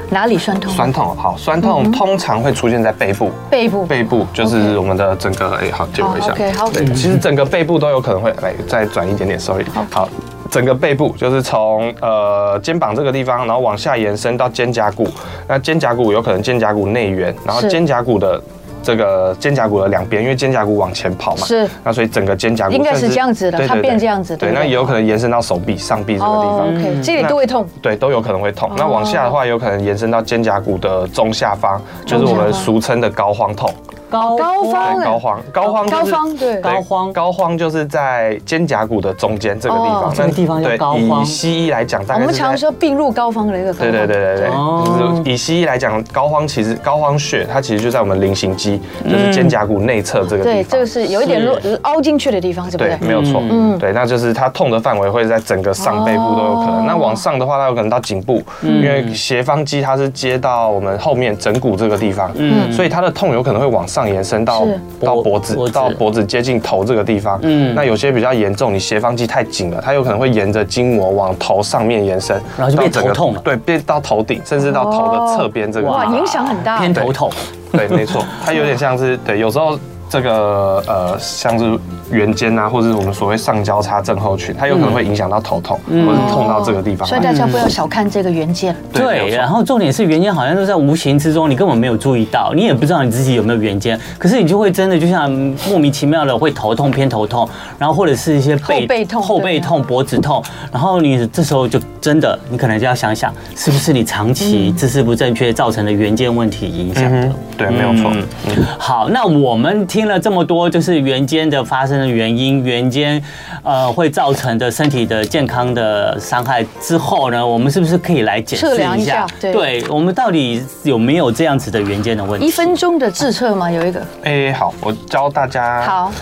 B: 哪里酸痛？
D: 酸痛，好，酸
B: 嗯
D: 痛通常会出现在背部，
B: 背部。
D: 背部就
B: OK
D: 是我们的整个，哎，好，借我一
B: 好
D: 下。
B: ，OK，好，
D: 对，其实整个背部都有可能会来再转一点点，sorry。好，整个背部就是从呃肩膀这个地方，然后往下延伸到肩胛骨。那肩胛骨有可能肩胛骨内缘，然后
B: 是
D: 肩胛骨的这个肩胛骨的两边，因为肩胛骨往前跑嘛，
B: 是
D: 那所以整个肩胛骨
B: 应该是
D: 甚至
B: 这样子的
D: 对
B: 它
D: 对对
B: 变这样子对
D: 对，
B: 不对
D: 那也有可能延伸到手臂、上臂这个地
B: 哦
D: 方。嗯
B: ，OK，这里
D: 那
B: 都会痛。
D: 对，都有可能会痛。那往下的话，有可能延伸到肩胛骨的中下方，就是我
B: 中
D: 们
B: 下方
D: 俗称的高肓痛。
C: 高
B: 高方
D: 对，高肓，高肓就是
B: 高肓对
D: 高肓，高肓就是在肩胛骨的中间这个地
B: 哦
D: 方，
C: 这个地方叫
D: 对
C: 高肓
D: 以西医来讲，大
B: 我
D: 概
B: 们
D: 是
B: 常
D: 在。
B: 说病入膏肓的一个高
D: 对
B: 肓
D: 对对对对，
C: 哦
D: 就是以西医来讲，高肓其实高肓穴它其实就在我们菱形肌，就是肩胛骨内侧这个地
B: 嗯对，这
D: 方
B: 个。是有一点落凹进去的地方，对不
D: 对
B: 对，？
D: 没有错。嗯，对，那就是它痛的范围会在整个上背部都有可
B: 哦
D: 能。那往上的话，它有可能到颈部，
C: 嗯
D: 因为斜方肌它是接到我们后面枕骨这个地方，嗯，所以它的痛有可能会往上延伸到
B: 是
D: 到
C: 脖
D: 脖子
C: 脖，子
D: 到脖子接近头这个地方。
C: 嗯
D: 嗯，那有些比较严重，你斜方肌太紧了，它有可能会沿着筋膜往头上面延伸，
C: 然后就变
D: 到整
C: 头
D: 个
C: 痛了
D: 对，变到头顶，甚至到头的侧边这个地
B: 哇，
D: 方。
B: 影响很大。
C: 偏头痛，
D: 对，没错，它有点像是对，有时候这个呃，像是圆肩啊，或者是我们所谓上交叉症候群，它有可能会影响到头痛，或者是痛到这个地
B: 嗯
D: 方
B: 哦所以大
D: 来。
B: 家不要小看这个原件。
D: 没有
C: 对，
D: 错
C: 然后重点是圆肩好像都在无形之中，你根本没有注意到，你也不知道你自己有没有圆肩，可是你就会真的就像莫名其妙的会头痛、偏头痛，然后或者是一些背
B: 后背痛
C: 后背痛、脖子痛，然后你这时候就真的，你可能就要想想，是不是你长期
D: 嗯
C: 姿势不正确造成的圆肩问题影响的。
D: 嗯，对，没有错。
C: 好，那我们听了这么多，就是圆肩的发生的原因，圆肩呃会造成的身体的健康的伤害之后呢，我们是不是可以来检视
B: 测量
C: 一
B: 一
C: 下
B: 下？对
C: 我们到底有没有这样子的圆肩的问题？
B: 一分钟的自测嘛，有一个
D: 哎、好，我教大家
B: 好，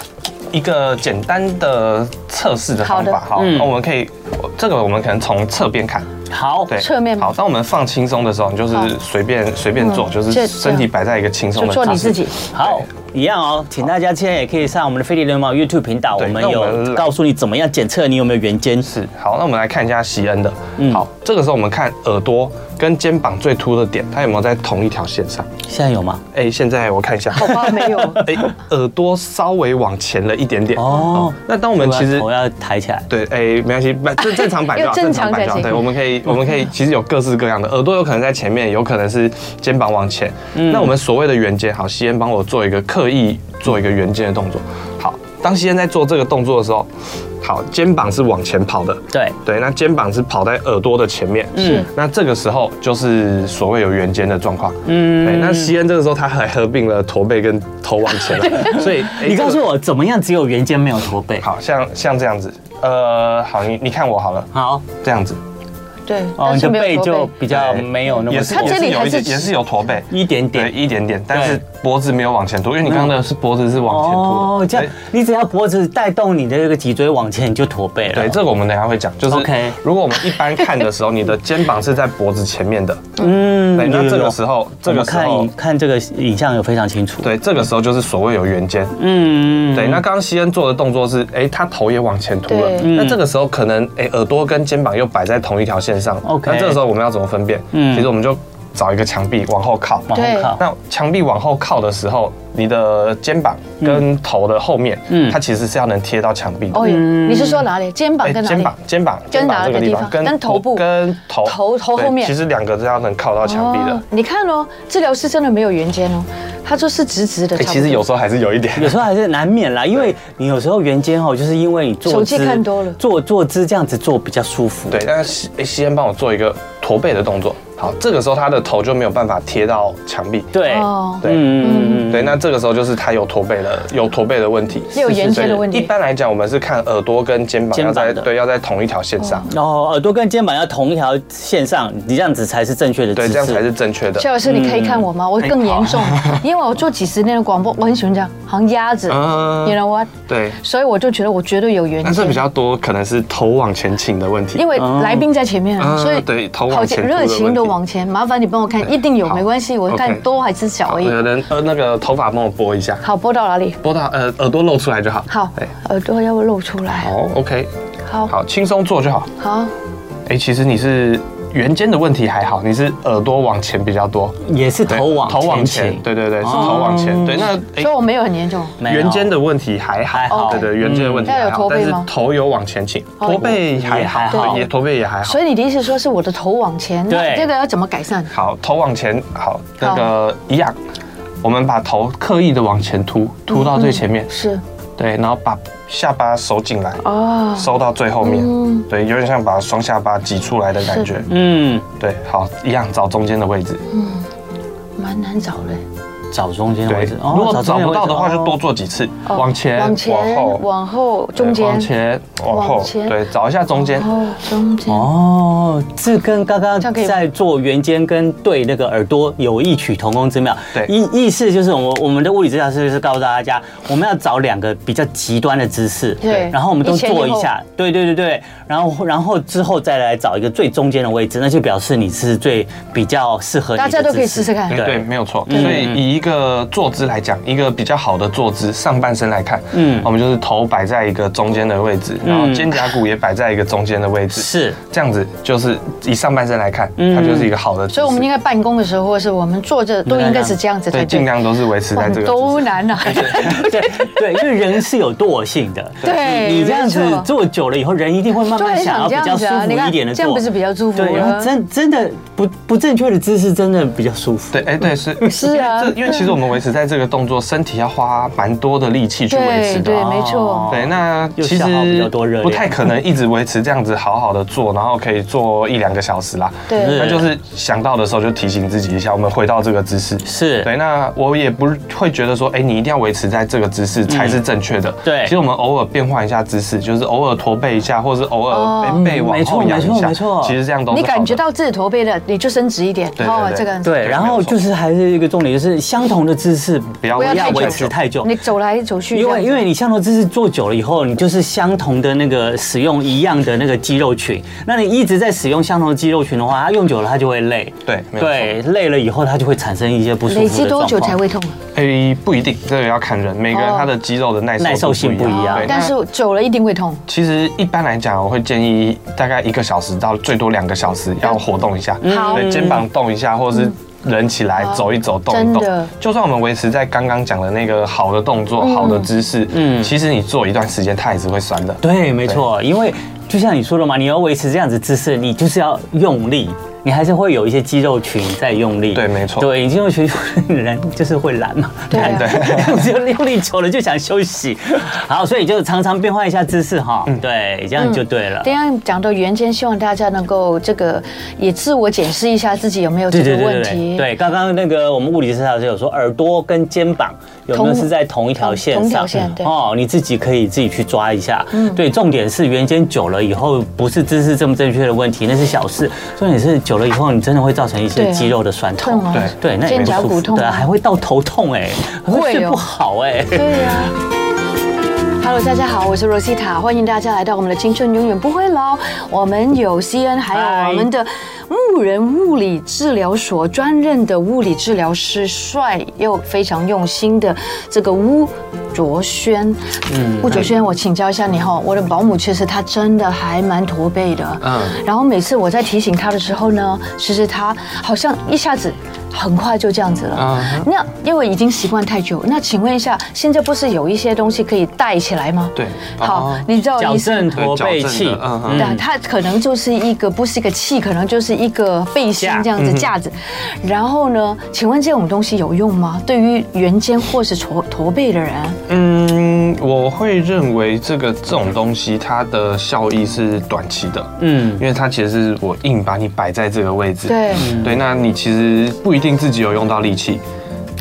D: 一个简单的测试的方法
B: 好
D: 哈。
C: 嗯
D: 那我们可以，这个我们可能从侧边看，
C: 好，
D: 对，
B: 侧面吗
D: 好，当我们放轻松的时候，你就是
B: 好
D: 随便随便做，
B: 嗯
D: 就
B: 这
D: 是
B: 样
D: 身体摆在一个轻松
B: 就
D: 的
B: 做
D: 姿
B: 你
D: 势
B: 自。 己。
C: 好，一样哦，请大家现在也可以上我们的飞碟流氓 YouTube 频道，我
D: 对
C: 们
D: 那我们
C: 有
D: 来
C: 告诉你怎么样检测你有没有圆肩。
D: 是，好，那我们来看一下席恩的。
C: 嗯
D: 好，这个时候我们看耳朵跟肩膀最凸的点，它有没有在同一条线上？
C: 现在有吗？
D: 哎、现在我看一下，
B: 好吧，没有，
D: 哎、耳朵稍微往前了一点点。
C: 哦
D: 哦，那当我们其实
C: 头要抬起来。
D: 对，哎、没关系，摆正正常摆就 好，
B: 又正常
D: 摆就好。
B: 才行
D: 对，我们可以，我们可
C: 嗯
D: 以，其实有各式各样的，耳朵有可能在前面，有可能是肩膀往前。
C: 嗯
D: 那我们所谓的圆肩，好，西恩帮我做一个刻意做一个圆肩的动作。好，当西恩在做这个动作的时候，好，肩膀是往前跑的。
C: 对，
D: 对，那肩膀是跑在耳朵的前面，嗯
C: 是
D: 那这个时候就是所谓有圆肩的状况。
C: 嗯
D: 对，那西恩这个时候他还合并了驼背跟头往前 了，所以、哎
C: 你告
D: 这
C: 诉
D: 个
C: 我怎么样只有圆肩没有驼背？
D: 好像像这样子，呃，好，你你看我好了，
C: 好，
D: 这样子，
B: 对，
C: 哦，
B: 但
C: 你
B: 是
C: 的
B: 没
C: 背
B: 有
C: 就
B: 驼
C: 比较没有那么
D: 也是
B: 它
C: 驼
D: 也
B: 这
D: 是
B: 里
D: 有
B: 还
D: 一点
B: 是
D: 也是有驼背，
C: 一点
D: 对，
C: 点。嗯
D: 一点点，但是脖子没有往前凸，因为你刚刚的是脖子是往前凸的。
C: 哦，这样
D: 对
C: 你只要脖子带动你的这个脊椎往前，你就驼背了。
D: 对，这个我们等一下会讲，就是
C: OK
D: 如果我们一般看的时候，你的肩膀是在脖子前面的，
C: 嗯
D: 对，
C: 有
D: 那
C: 有
D: 这个
C: 有
D: 时候，
C: 我
D: 这
C: 们
D: 个时
C: 看
D: 候
C: 影，看这个影像有非常清楚。，
D: 对，这个时候就是所谓有圆肩。
C: 嗯，
D: 对，那刚刚西恩做的动作是，哎、他头也往前凸了
B: 对。
C: 嗯
D: 那这个时候可能，哎、耳朵跟肩膀又摆在同一条线上。
C: OK
D: 那这个时候我们要怎么分辨？
C: 嗯
D: 其实我们就找一个墙壁往后靠。
C: 往后
B: 对
C: 靠。
D: 那墙壁往后靠的时候，你的肩膀跟头的后面，
C: 嗯
D: 它其实是要能贴到墙壁的。
B: 哦，你是说哪里？肩膀
D: 哎
B: 跟哪
D: 肩
B: 里
D: 膀？，肩膀，
B: 跟
D: 肩膀
B: 哪
D: 这
B: 个地
D: 地
B: 方
D: 方，
B: 跟头部
D: 跟头，
B: 头头
D: 对
B: 后面
D: 其实两个都要能靠到墙壁的
B: 哦。你看哦，治疗师真的没有圆肩哦，他就是直直的。
D: 哎，
B: 差不
D: 其实
B: 多
D: 有时候还是有一点。
C: 有时候还是难免啦，因为你有时候圆肩哦，就是因为你坐
B: 手机
C: 姿
B: 看多了
C: 坐坐姿这样子坐比较舒服。
D: 对，但是西诶西恩帮我做一个驼背的动作，好，这个时候他的头就没有办法贴到墙壁。
C: 对，
B: 哦，
D: 对，
C: 嗯，
D: 对，那这个时候就是他有驼背的有驼背的问题，
B: 也有圆肩的问题。
D: 一般来讲，我们是看耳朵跟肩膀
C: 肩
D: 要
C: 膀
D: 在
C: 的哦
D: 对要在同一条线上，
C: 然后嗯耳朵跟肩膀要同一条线上，你这样子才是正确的姿
D: 对，嗯哎
C: 势。
D: 这样才是正确的。
B: 谢老师，你可以看我吗？我更严重， 因为我做几十年的广播，我很喜欢这样，好像鸭子
D: 嗯
C: 啊
B: ，you know what？
D: 对，
B: 所以我就觉得我绝对有圆
D: 但
B: 肩，
D: 是比较多可能是头往前倾的问题，
B: 因为来宾在前面啊，
D: 嗯
B: 所以
D: 对头往
B: 好
D: 前
B: 热情的
D: 多的问题
B: 往前。麻烦你帮我看，一定有，
D: 好
B: 没关系，我
D: OK
B: 看多还是少而已。
D: 有人呃那个头发帮我拨一下，
B: 好，播到哪里？
D: 拨到呃耳朵露出来就好。
B: 好哦
D: 对，
B: 耳朵要露出来。
D: 哎好，OK，
B: 好，
D: 好，轻松做就好。
B: 好，
D: 哎，其实你是圆肩的问题还好，你是耳朵往前比较多，
C: 也是
D: 对
C: 头往
D: 头往
C: 前
D: 前，对对对，是
C: 哦
D: 头往前。对，那
B: 所以
D: 哎，
B: 我没有很严重。
C: 没有
D: 圆肩的问题还好，
C: 还好
D: 对对，圆肩的问题还
B: 那嗯
D: 好
B: 有驼，
D: 但
B: 背
D: 是
B: 吗
D: 头有往前倾，
B: 哦
D: 驼背还
C: 也还好
D: 好，对也驼背也还好
B: 所。以你的意思说是我的头往前，
C: 对
B: 那这个要怎么改善？
D: 好，头往前，好，那个一样，我们把头刻意的往前凸，凸
B: 嗯
D: 到最前面，
B: 是
D: 对，然后把下巴收进来，
B: 哦，
D: 收到最后面
B: 嗯，
D: 对，有点像把双下巴挤出来的感觉，
C: 嗯，
D: 对，好，一样找中间的位置，
B: 蛮难找的。
C: 找中间的位
D: 对
C: 置。，哦
D: 如果找不到的话，就
C: 中间位置
D: 多。
C: 哦
D: 做几次，
B: 哦
D: 往前、
B: 往前、
D: 往后、
B: 往后、中
D: 对往
B: 间、
D: 前、往后
B: 往，前
D: 对，找一下中间
B: 然。后中间。
C: 哦，这跟刚刚
B: 这样可以吗
C: 在做圆肩跟对那个耳朵有异曲同工之妙。
D: 对
C: 意意思就是我们我们的物理治疗师就是告诉大家，我们要找两个比较极端的姿势，
B: 对
C: 然后我们都
B: 一前一
C: 做一
B: 后
C: 下，对对对对，然后然后之后再来找一个最中间的位置，那就表示你是最比较适合你的
B: 大家都可以
C: 姿势
B: 试试看
D: 哎
C: 对
D: 对，没有错。所以
C: 嗯
D: 以一个坐姿来讲，一个比较好的坐姿，上半身来看，
C: 嗯
D: 嗯，我们就是头摆在一个中间的位置，然后肩胛骨也摆在一个中间的位置，
C: 是
D: 这样子就是以上半身来看，
C: 嗯
D: 它就是一个好的姿势。
B: 所以我们应该办公的时候，或是我们坐着都应该是这样子才
D: 对，尽量都是维持
B: 哇
D: 在这个姿势
B: 都难啊，
C: 对 对，因为人是有惰性的，
B: 对
C: 你你这样子
B: 没错
C: 坐久了以后，人一定会慢
B: 就
C: 慢
B: 很想
C: 想要
B: 这
C: 比
B: 样
C: 较
B: 子
C: 舒
B: 啊。
C: 服
B: 你
C: 一
B: 看
C: 点的
B: 这
C: 坐，
B: 样不是比较舒服
C: 对，然后
B: 了？
C: 真真的不不正确的姿势，真的比较舒服。
D: 对，哎、对，是
B: 是啊
D: 因为这因为其实我们维持在这个动作，身体要花蛮多的力气去维
B: 对
D: 持的。哦
B: 对，没错。
D: 对，那
C: 哦又
D: 其
C: 消耗比较
D: 实
C: 多热量
D: 不太可能一直维持这样子好好的做，然后可以做一两个小时啦。
B: 对
C: 是
D: 那就是想到的时候就提醒自己一下，我们回到这个姿势。
C: 是
D: 对，那我也不会觉得说，哎、你一定要维持在这个姿势才是正确的、
C: 嗯对
D: 其实我们偶尔变换一下姿势，就是偶尔驼背一下，或者是偶
B: 哦
D: 尔背背往后仰
C: 没
D: 一
C: 错
D: 下，
C: 没错
D: 其实这样都是
B: 你感觉
D: 好的
B: 到自己驼背了，你就伸直一点，哦
D: 对对对
B: 这个样子。
C: 对，然后就是还是一个重点，就是相同的姿势
D: 不要
B: 不要
C: 不要
B: 太久
C: 维持太久
B: 你。走来走去这
C: 因
B: 样子，
C: 为因为你相同姿势做久了以后，你就是相同的那个使用一样的那个肌肉群。那你一直在使用相同的肌肉群的话，它用久了它就会累。
D: 对没有错
C: 对，累了以后它就会产生一些不舒服
B: 累
C: 的
B: 积
C: 状
B: 多
C: 况。
B: 久才会痛啊？
D: 哎、不一定，这个要看人，每个人
B: 哦
D: 他的肌肉的耐受
C: 耐受性
D: 度
C: 不一样
D: 对
B: 但
D: 那
B: 是久了一定会痛。
D: 其实一般来讲，我会建议大概一个小时到最多两个小时要活动一下，
B: 嗯好
D: 对，肩膀动一下，或者是人起来
B: 好
D: 走一走、动一
B: 真的
D: 动。就算我们维持在刚刚讲的那个好的动作、好的姿势，
C: 嗯
D: 嗯，其实你做一段时间，它也是会酸的。
C: 对，没错，因为就像你说的嘛，你要维持这样子姿势，你就是要用力，你还是会有一些肌肉群在用力。
D: 对没错
C: 对，你肌肉群 人就是会懒嘛，
B: 对啊
C: 懒这样子用力久了就想休息。好，所以就常常变换一下姿势哈。
D: 嗯
C: 对，这样就对了。
B: 等一下讲到圆肩，希望大家能够这个也自我检视一下自己有没有这
C: 对对
B: 个
C: 对
B: 问
C: 对对，
B: 题。
C: 对，刚刚那个我们物理治疗师有说，耳朵跟肩膀有没有
B: 同
C: 是在同一条线上？
B: 同条线对嗯
C: 哦，你自己可以自己去抓一下。对，重点是圆肩久了以后，不是姿势正不正确的问题，那是小事。重点是久了以后，你真的会造成一
B: 对
C: 些
B: 啊
C: 肌肉的酸痛
B: 痛啊。
C: 对对，那
B: 肩
C: 也没
B: 胛
C: 舒
B: 骨
C: 服
B: 痛啊
C: 对啊，还会到头痛哎，还
B: 会
C: 会
B: 哦
C: 睡不好哎。
B: 对呀、Hello，大家好，我是 Rosita，欢迎大家来到我们的青春永远不会老。我们有 C N，还有
C: Hi
B: 我们的牧人物理治疗所专任的物理治疗师，帅又非常用心的这个吴卓轩。嗯，吴卓轩，我请教一下你哈，我的保姆其实她真的还蛮驼背的。嗯
D: 嗯，
B: 然后每次我在提醒她的时候呢，其实她好像一下子很快就这样子了。那因为已经习惯太久，那请问一下，现在不是有一些东西可以带起来吗？
D: 对
B: 好
D: 哦，
B: 你知道
C: 矫
B: 意思。
C: 正驼背
D: 矫
C: 器
D: 正的，嗯哼
B: 对啊，它可能就是一个不是一个器，可能就是一个背心
C: 架
B: 这样子
D: 嗯
B: 架子。然后呢，请问这种东西有用吗？对于圆肩或是驼驼背的人，
D: 嗯，我会认为这个这种东西它的效益是短期的，
C: 嗯，
D: 因为它其实是我硬把你摆在这个位置。
B: 对
D: 对，那你其实不一定自己有用到力气。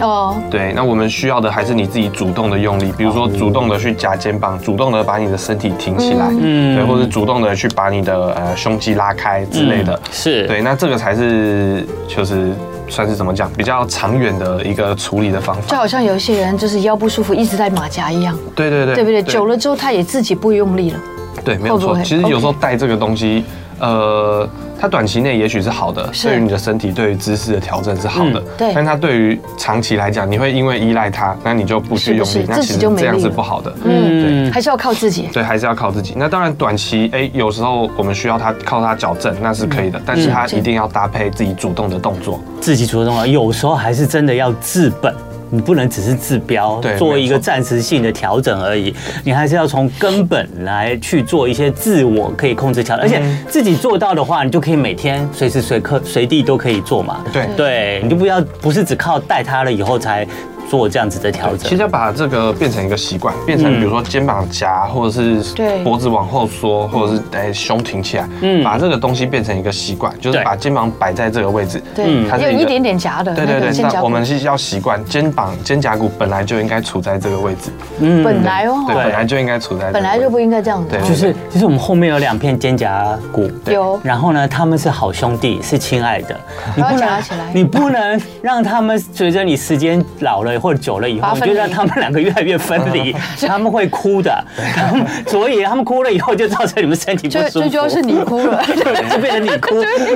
B: 哦，
D: 对，那我们需要的还是你自己主动的用力，比如说主动的去夹肩膀，主动的把你的身体挺起来，
C: 嗯
D: 对，或者主动的去把你的呃胸肌拉开之类的
C: 嗯。是
D: 对，那这个才是就是算是怎么讲比较长远的一个处理的方
B: 就
D: 法。
B: 好像有一些人就是腰不舒服，一直在马甲一样，
D: 对对对，
B: 对不对？久了之后他也自己不用力了。
D: 对，没有
B: 会不
D: 错。
B: 会
D: 其实有时候带这个东西，呃，它短期内也许是好的，
B: 是
D: 对于你的身体、对于姿势的调整是好的
C: 嗯，
B: 对
D: 但它对于长期来讲，你会因为依赖它，那你就不去用
B: 是不
D: 力
B: 是，
D: 那
B: 自
D: 其
B: 己
D: 实
B: 就没
D: 这样
B: 力
D: 是
B: 了
D: 不好的。
B: 嗯，还是要靠自己。
D: 对，还是要靠自
B: 嗯
D: 己。那当然，短期哎、有时候我们需要它靠它矫正，那是可以的，
B: 嗯
D: 但是它一定要搭配自己主动的动作。
C: 自己主动了，有时候还是真的要治本。你不能只是治标，
D: 对
C: 做一个
D: 没错
C: 暂时性的调整而已，你还是要从根本来去做一些自我可以控制调整，而
D: 嗯
C: 且自己做到的话，你就可以每天随时随刻随地都可以做嘛。
D: 对
C: 对，你就不要不是只靠带它了以后才做这样子的调
D: 其实
C: 整。
D: 要把这个变成一个习惯，变成
C: 嗯
D: 比如说肩膀夹，或者是
B: 对
D: 脖子往后缩，或者是哎胸挺起来，
C: 嗯
D: 把这个东西变成一个习惯，就是
C: 对
D: 把肩膀摆在这个位置，
B: 对，
D: 嗯它是
B: 有
D: 一个
B: 一点点夹的
D: 对
B: 那
D: 对
B: 个
D: 对，
B: 肩胛
D: 那
B: 骨
D: 我，们是要习惯肩膀肩胛骨本来就应该处在这个位置，
C: 嗯
B: 本来哦，
D: 对，本来就应该处在这个
B: 本来
D: 位
B: 就
D: 置
B: 不应该这样子
D: 对。
C: 就是其实我们后面有两片肩胛骨，
B: 对有
C: 然后呢，他们是好兄弟，是亲爱 的，你
B: 要
C: 不
B: 夹
C: 能
B: 起来
C: 你不能让他们随着你时间老了或者久了以
B: 把
C: 后，
B: 它分
C: 你就
B: 离
C: 让他们两个越来越分 离，他们会哭的， 他们所以他们哭了以后就造成你们身体不
B: 最
C: 舒服，
B: 最主要是你哭了。
C: 对， 就变成你哭，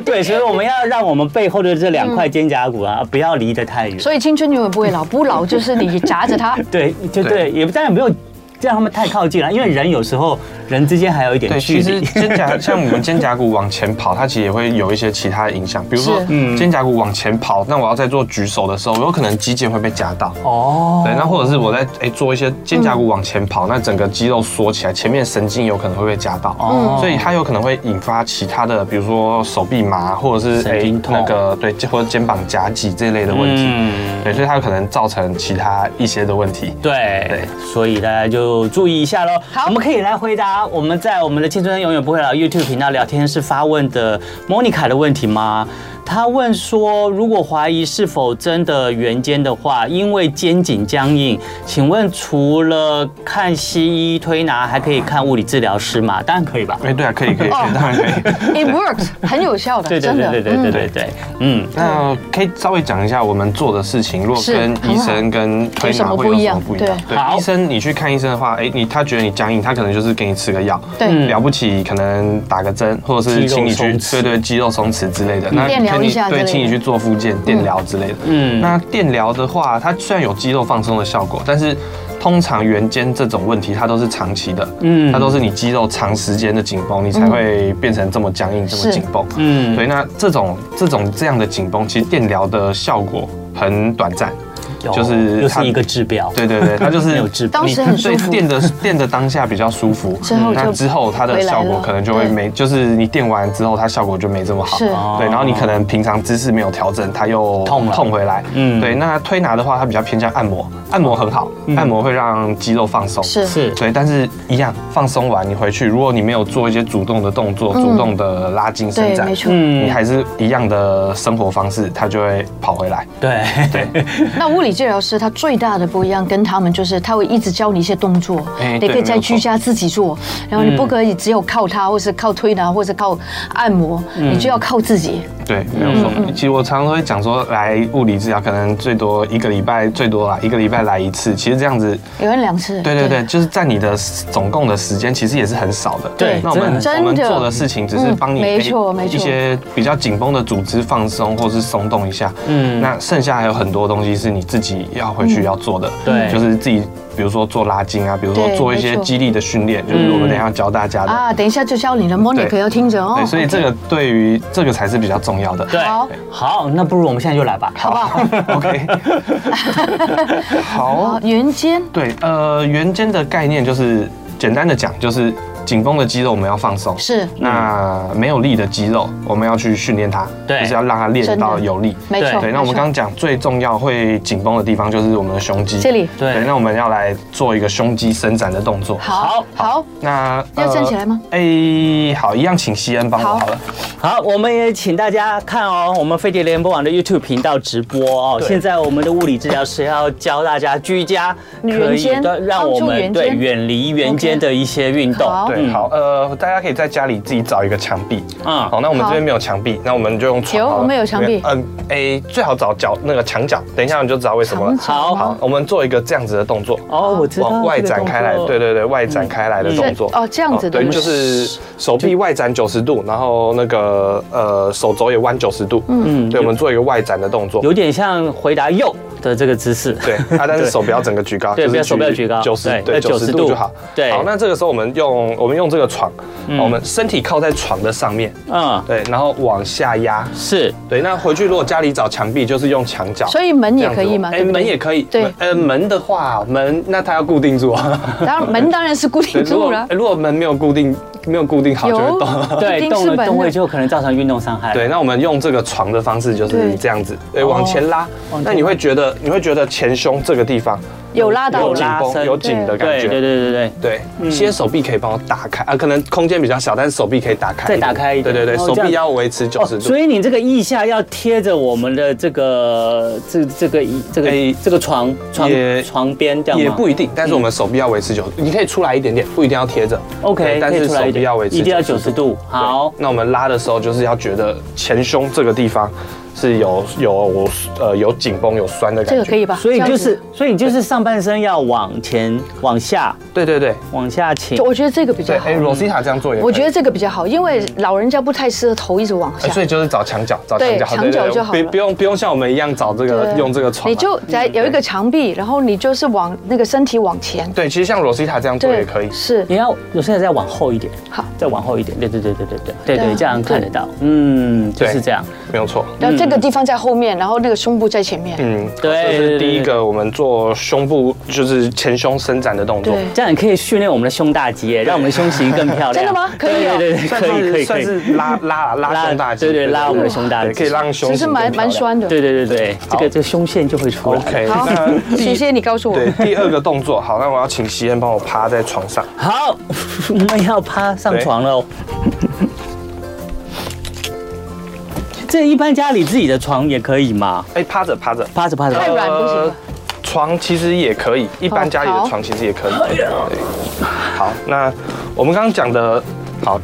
C: 对，所以我们要让我们背后的这两
B: 嗯
C: 块肩胛骨啊，不要离得太远，
B: 所以青春永远不会老，不老就是你夹着它。
C: 对，就对，
D: 对
C: 也当然没有这样他们太靠近了，啊因为人有时候人之间还有一点
D: 对，
C: 距
D: 其实
C: 离。
D: 肩 胛像我们肩胛骨往前跑，它其实也会有一些其他的影响，比如说
B: 是
C: 嗯
D: 肩胛骨往前跑，那我要在做举手的时候，我有可能肌腱会被夹到。
C: 哦，
D: 对，那或者是我在哎、做一些肩胛
C: 嗯
D: 骨往前跑，那整个肌肉缩起来，前面神经有可能会被夹到，
B: 嗯
C: 哦
D: 所以它有可能会引发其他的，比如说手臂麻，或者是哎、
C: 神经痛
D: 那个对，或者肩膀夹挤这类的问题，
C: 嗯
D: 对，所以它有可能造成其他一些的问题。
C: 对，所以大家就注意一下喽。
B: 好
C: 我们可以来回答我们在我们的《青春永远不会老》YouTube 频道聊天室发问的 Monica 的问题吗？她问说，如果怀疑是否真的圆肩的话，因为肩颈僵硬，请问除了看西医推拿，还可以看物理治疗师吗？当然可以吧。
D: 哎、对啊，可以 可以，可
B: 哦
D: 以当然可以。
B: ，it worked，很有效的，
C: 对对
B: 真的，
C: 对对对
B: 嗯
C: 对对对，嗯，
D: 那可以稍微讲一下我们做的事情，如果
B: 是
D: 跟医
B: 很
D: 生跟推拿会有什么不一
B: 有什么不一
D: 样
B: 样？
C: 对好
D: 医生你去看医生的话，哎，你他觉得你僵硬，他可能就是给你吃个药，
B: 对
C: 嗯
D: 了不起可能打个针，或者
C: 肌
D: 是
C: 肉
D: 请你去
C: 松弛
D: 对对肌肉松弛之类的，那
B: 嗯电疗
D: 可
B: 一
D: 以
B: 下之类
D: 对，
B: 的
D: 请你去做复健、电疗之类的。
C: 嗯
D: 嗯，那电疗的话，它虽然有肌肉放松的效果，但是。通常圆肩这种问题，它都是长期的，
C: 嗯
D: 嗯，它都是你肌肉长时间的紧绷，你才会变成这么僵硬、
B: 嗯
D: 这
B: 是
D: 么紧绷。
C: 嗯
D: 嗯，对，那这种这种这样的紧绷，其实电疗的效果很短暂，
C: 有
D: 就是
C: 又
D: 它
C: 是一个治标，
D: 对 对对，它就
C: 没
D: 是
C: 有治标
B: 当，时很舒
D: 对
B: 服
D: 电的电的当下比较舒服，
B: 之后就
D: 那之后它的
B: 回来
D: 效果
B: 了
D: 可能就会
B: 对
D: 没，就是你电完之后它效果就没这么好。
B: 是
C: 哦
D: 对，然后你可能平常姿势没有调整，它又
C: 痛了
D: 痛回来。
C: 嗯嗯
D: 嗯，对，那推拿的话，它比较偏向按摩，按摩很好，按摩会让肌肉放松。
B: 是
C: 是
D: 对，但是一样放松完你回去，如果你没有做一些主动的动作，
B: 嗯
D: 主动的拉筋伸
B: 对，
D: 展
B: 没，错。
D: 你
C: 嗯，
D: 还是一样的生活方式，它就会跑回来。
C: 对
D: 对，
B: 那物理治疗师他最大的不一样，跟他们就是他会一直教你一些动作，
D: 哎
B: 你
D: 对
B: 可以在
D: 没有错
B: 居家自己做，然后你不可以只有靠他，或是靠推拿，或是靠按摩，你就要靠自己。
D: 对，
B: 嗯
D: 没有错。其实我常常会讲说，来物理治疗可能最多一个礼拜，最多啦，一个礼拜来一次。其实这样子，
B: 有人两次，
D: 对对对，就是占你的总共的时间，其实也是很少的。
C: 对
D: 那我们
B: 真的
D: 我们做的事情只是帮你
B: 嗯没错
D: 哎
B: 没错
D: 一些比较紧绷的组织放松或是松动一下。
C: 嗯
D: 嗯，那剩下还有很多东西是你自己要回去要做的。
C: 对
D: 就是自己。比如说做拉筋啊，比如说
B: 嗯对
D: 做一
B: 没
D: 些
B: 错嗯
D: 肌力的训练，就是我们等一下教大家的。
B: 啊，等一下就教你了，Monica
D: 对
B: 要听着哦
D: 对，。所以这个对于这个才是比较重要的。
C: 对
B: 好，
C: 好，那不如我们现在就来吧，
B: 好不好？
D: ，OK，
B: 好
D: 好，，
B: 圆肩，
D: 对，呃，圆肩的概念就是简单的讲，就是紧绷的肌肉我们要放松，
B: 是
D: 那没有力的肌肉我们要去训练它，
C: 对
D: 就是要让它练到有力。
B: 没错。
D: 对，那我
B: 没
D: 们
B: 错
D: 刚刚讲最重要会紧绷的地方就是我们的胸肌，
B: 这里
C: 对
D: 对，那我们要来做一个胸肌伸展的动作。
B: 好好
D: 那
B: 要站起来吗？
D: 呃哎、好，一样，请西恩帮
B: 好
D: 我好了。
C: 好，我们也请大家看哦，我们飞碟联播网的 YouTube 频道直播哦。
D: 对
C: 现在我们的物理治疗师要教大家居家可
B: 圆
C: 以
B: 肩
C: 的让
B: 帮
C: 我
B: 助
C: 们
B: 圆
C: 对
B: 肩
C: 远离圆肩
B: OK
C: 的一些运动。
B: 好
D: 对，好，呃，大家可以在家里自己找一个墙壁。
C: 嗯
D: 好，那我们
B: 好
D: 这边没有墙壁，那我们就用床
B: 有
D: 好了。
B: 我们有墙壁
D: 嗯，哎，最好找角那个墙角。等一下你就知道为什么了。
B: 长
C: 好
B: 脚吗
D: 好，我们做一个这样子的动作，
C: 哦，我知道
D: 往外
C: 这个
D: 展
C: 动
D: 开来。
C: 作
D: 对对对，外展开来的动作。
B: 嗯是哦这样子的
D: 对，
B: 吗
D: 就是手臂外展九十度，然后那个呃手肘也弯九十度。嗯，对，我们做一个外展的动作。
C: 有点像回答右的这个姿势。
D: 对，啊，但
C: 对
D: 是手不要整个举高，
C: 对不要手不要举高
D: 九十
C: 对
D: 对
C: 要
D: 九
C: 90
D: 十
C: 度
D: 度就好。
C: 对
D: 好，那这个时候我们用我们用这个床，我们身体靠在床的上面，
C: 嗯，
D: 对，然后往下压。
C: 是
D: 对，那回去如果家里找墙壁，就是用墙角。
B: 所以门
D: 这
B: 也
D: 样子
B: 可以吗？
D: 哎、
B: 对不对
D: 门也可以。
B: 对
D: 门呃，门的话，门那它要固定住啊。
B: 当然门当然是固定
D: 如
B: 住
D: 果、
B: 了
D: 哎。如果门没有固定，没有固定好就会动。
B: 一
C: 对
B: 定是
C: 动了
B: 本
C: 动位
B: 能
C: 就可能造成运动伤害。
D: 对，那我们用这个床的方式就是
B: 对
D: 这样子，对，往前拉。
C: 往前
D: 那你会觉得，你会觉得前胸这个地方
B: 有拉到
D: 有紧
C: 拉伸
D: 绷、有紧的感
C: 对
D: 觉。
C: 对对对对
D: 对，先手臂可以帮我打开啊，可能空间比较小，但是手臂可以打开一点，
C: 再打开一点
D: 对对
C: 哦
D: 对，手
C: 这样
D: 臂要维持九十
C: 哦，
D: 度
C: 所。以你这个腋下要贴着我们的这个这这个这个
D: 哎
C: 这个床床
D: 也
C: 床边这样吗嗯
D: 也不一定，但是我们手臂要维持九十，你可以出来一点点，不一定要贴着。
C: OK，
D: 对但
C: 可以
D: 是
C: 出来一
D: 手臂
C: 点
D: 要维持90度，
C: 一定要九十度。
D: 对
C: 好，
D: 那我们拉的时候就是要觉得前胸这个地方是有有呃有紧绷有酸的感
B: 这
D: 觉。
B: 个可以吧？
C: 所以
B: 这样
C: 就
B: 子
C: 是，所以就是上半身要往前、往下、
D: 对对对
C: 往下倾
B: 就。我觉得这个比
D: 对，
B: 较好
D: 哎、。Rosita 这样做也可以，
B: 我觉得这个比较好，因为老人家不太适合头一直往
D: 呃
B: 下。
D: 所以就是找墙角，找
B: 对
D: 墙角，
B: 墙角就好了
D: 不不用不用像我们一样找这个
B: 对
D: 用这个床啊，
B: 你就在有一个墙壁，然后你就是往那个身体往前，
D: 对，其实像 Rosita 这样做也可以。嗯
B: 是
C: 你要有现在再往后一点，
B: 好。
C: 再往后一点。对对对对对对
B: 对
C: 对对，
B: 啊
C: 这样看得到。嗯，就是
D: 对
C: 这样。
D: 没有错。
B: 然后这个地方在后面，然后那个胸部在前面，
D: 嗯，
C: 对
D: 这
C: 对
D: 是
C: 对对
D: 第一个我们做胸部就是前胸伸展的动作。
B: 对
C: 这样也可以训练我们的胸大肌耶，让我们的胸型更漂 亮。
B: 真的吗可以哦
C: 对对对，
D: 算
C: 可以
D: 是
C: 可以可
D: 算
C: 以。
D: 是拉拉拉胸大肌，
C: 对对拉我们的胸大肌
D: 对可以让胸
B: 其
D: 型
B: 实蛮
D: 更漂
B: 蛮
D: 亮
B: 酸的。
C: 对对对对，这
D: 好
C: 个这个胸线就会出来。
D: OK，
B: 好
D: 那，第
B: 谢谢你告诉我。
D: 对，第二个动作，好，那我要请席恩帮我趴在床上，
C: 好， 我们要趴上床了哦。这一般家里自己的床也可以嘛？
D: 哎，趴着趴着，
C: 趴着趴
B: 太
C: 着，
B: 软不行了
D: 呃床其实也可以，一般家里的床其实也可以。对好，那我们刚刚讲的，好，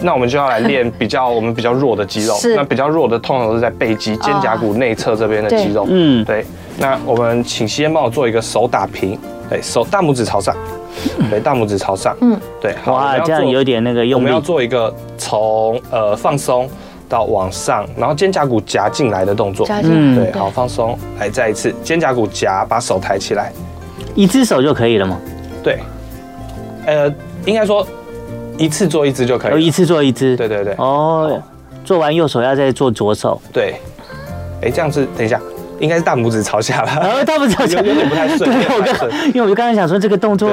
D: 那我们就要来 练比较我们比较弱的肌肉。
B: 是啊
D: 那比较弱的通常都是在背肌、肩胛骨内侧这边的肌肉。
C: 嗯
D: 对。那我们请先帮我做一个手打平，对手大拇指朝上，对，大拇指朝上。嗯，对。好，我们
C: 哇，
D: 要
C: 这样
D: 做
C: 有点那个
D: 我
C: 用
D: 们要
C: 力。
D: 做一个从呃放松到往上，然后肩胛骨夹进来的动作。
B: 加进
C: 嗯
B: 来
D: 对，好，放松，来再一次，肩胛骨夹，把手抬起来，
C: 一只手就可以了嘛？
D: 对，呃，应该说一次做一只就可以
C: 哦，
D: 了，
C: 一次做一只。
D: 对对对
C: 哦，做完右手要再做左手。
D: 对，哎，这样子，等一下，应该是大拇指朝 下了，
C: 呃，他们朝
D: 有
C: 前，
D: 有点不太顺，有
C: 对
D: 点
C: 我
D: 不太
C: 刚
D: 顺，，
C: 因为我就刚才想说这个动作。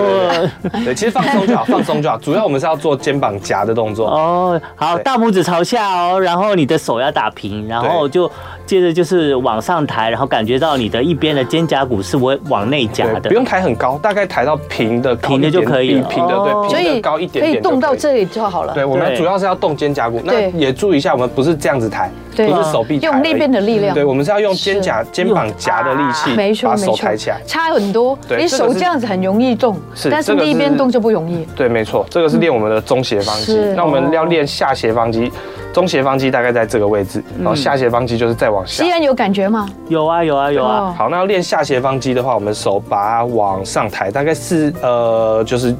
D: 对对，其实放松就好，放松就好，主要我们是要做肩膀夹的动作，
C: 哦，好，
D: 对
C: 大拇指朝下哦，然后你的手要打平，然后就接着就是往上抬，然后感觉到你的一边的肩胛骨是我往内夹
D: 对，
C: 的，
D: 不用抬很高，大概抬到平的高一
C: 平的就
D: 点
C: 可以了
D: 平的
C: 哦
D: 对，
B: 所
D: 平
B: 以
D: 的高一点
B: 可
D: 点
B: 以动
D: 就
B: 到
D: 可以。
B: 这里就好了。
D: 对，我们
C: 对
D: 主要是要动肩胛骨，那
B: 对
D: 也注意一下，我们不是这样子抬，
B: 对
D: 不是手臂抬而已，
B: 用力变得力量啊
D: 对，我们是要用肩胛、肩膀夹的力气，
B: 没错
D: 把
B: 没
D: 手
B: 错，
D: 抬起来。
B: 差很多。
D: 对
B: 你
D: 这个
B: 手
D: 是
B: 这样子很容易动，
D: 是
B: 但是
D: 这个
B: 那一边
D: 是
B: 动就不容易。
D: 对，没错，这个是练我们的中斜方肌
B: 是。哦
D: 那我们要练下斜方肌，中斜方肌大概在这个位置，
B: 嗯
D: 然后下斜方肌就是再往下
B: 西。安有感觉吗？
C: 有啊有啊有啊，
B: 哦
D: 好，那要练下斜方肌的话，我们手把它往上抬，大概是呃，就是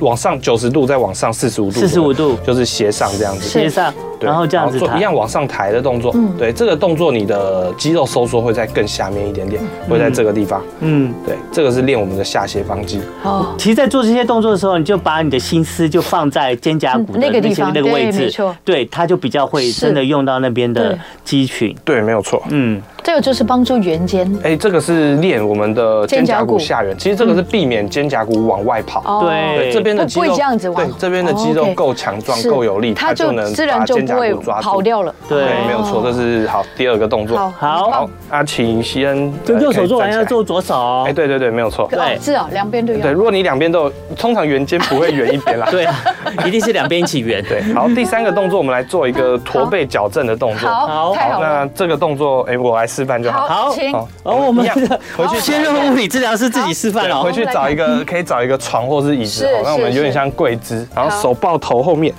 D: 往上九十度，再往上四十五度，
C: 45度
D: 就是斜上这样子。
B: 是
C: 接上，
D: 对
C: 然后这样子
D: 做一
C: 抬
D: 样。往上抬的动作。
B: 嗯
D: 对，这个动作你的肌肉收缩会在更下面一点点，会在这个地方。
C: 嗯，
D: 对，这个是练我们的下斜方肌。
B: 哦，
C: 其实，在做这些动作的时候，你就把你的心思就放在肩胛骨的
B: 嗯那个地
C: 些
B: 方
C: 那个位
B: 对没
C: 置
B: 错，
C: 对，它就比较会
B: 是
C: 真的用到那边的
B: 对
C: 肌群。
D: 对，没有错。
C: 嗯，
B: 这个就是帮助圆肩。
D: 哎、这个是练我们的肩
B: 肩胛
D: 胛
B: 骨
D: 骨下缘，其实这个是避免肩胛骨往外跑。
B: 哦
C: 对
D: 对，这边的肌
B: 不
D: 肉
B: 会这样子往
D: 对，这边的
B: 哦
D: 肌肉
B: OK
D: 够强壮、
B: 是
D: 够有力，
B: 它就
D: 能
B: 自然
D: 把
B: 就
D: 肩
B: 不
D: 胛
B: 会
D: 骨抓住
B: 跑。掉了。
D: 对
C: 对，
D: 没有错，这是好第二个动作。
B: 哦好，哦
C: 好
D: 好，那请西恩
C: 就
D: 呃
C: 右手做
D: 可
C: 完
D: 以站起来
C: 要做左手
D: 哎，。对对对，没有错。
C: 对
B: 哦是啊，两边都
D: 对，
B: 要。
D: 如果你两边都有，通常圆肩不会圆一边啦。
C: 对啊， 一定是两边一起圆。
D: 对，好，第三个动作我们来做一个驼背矫正的动作。
B: 好，
C: 好
B: 太好
D: 那
B: 了。
D: 这个动作，哎，我来示范就好。
C: 好
B: 请
D: 好
C: 哦，我们
D: 一样回去
C: 先让物理治疗师自己示范
D: 对，
C: 哦
D: 回。去找一个可以找一个床或是椅子
B: 是，
D: 好，那我们
B: 是
D: 有
B: 是
D: 点像跪姿，然
B: 好哦
D: 后手抱头后面，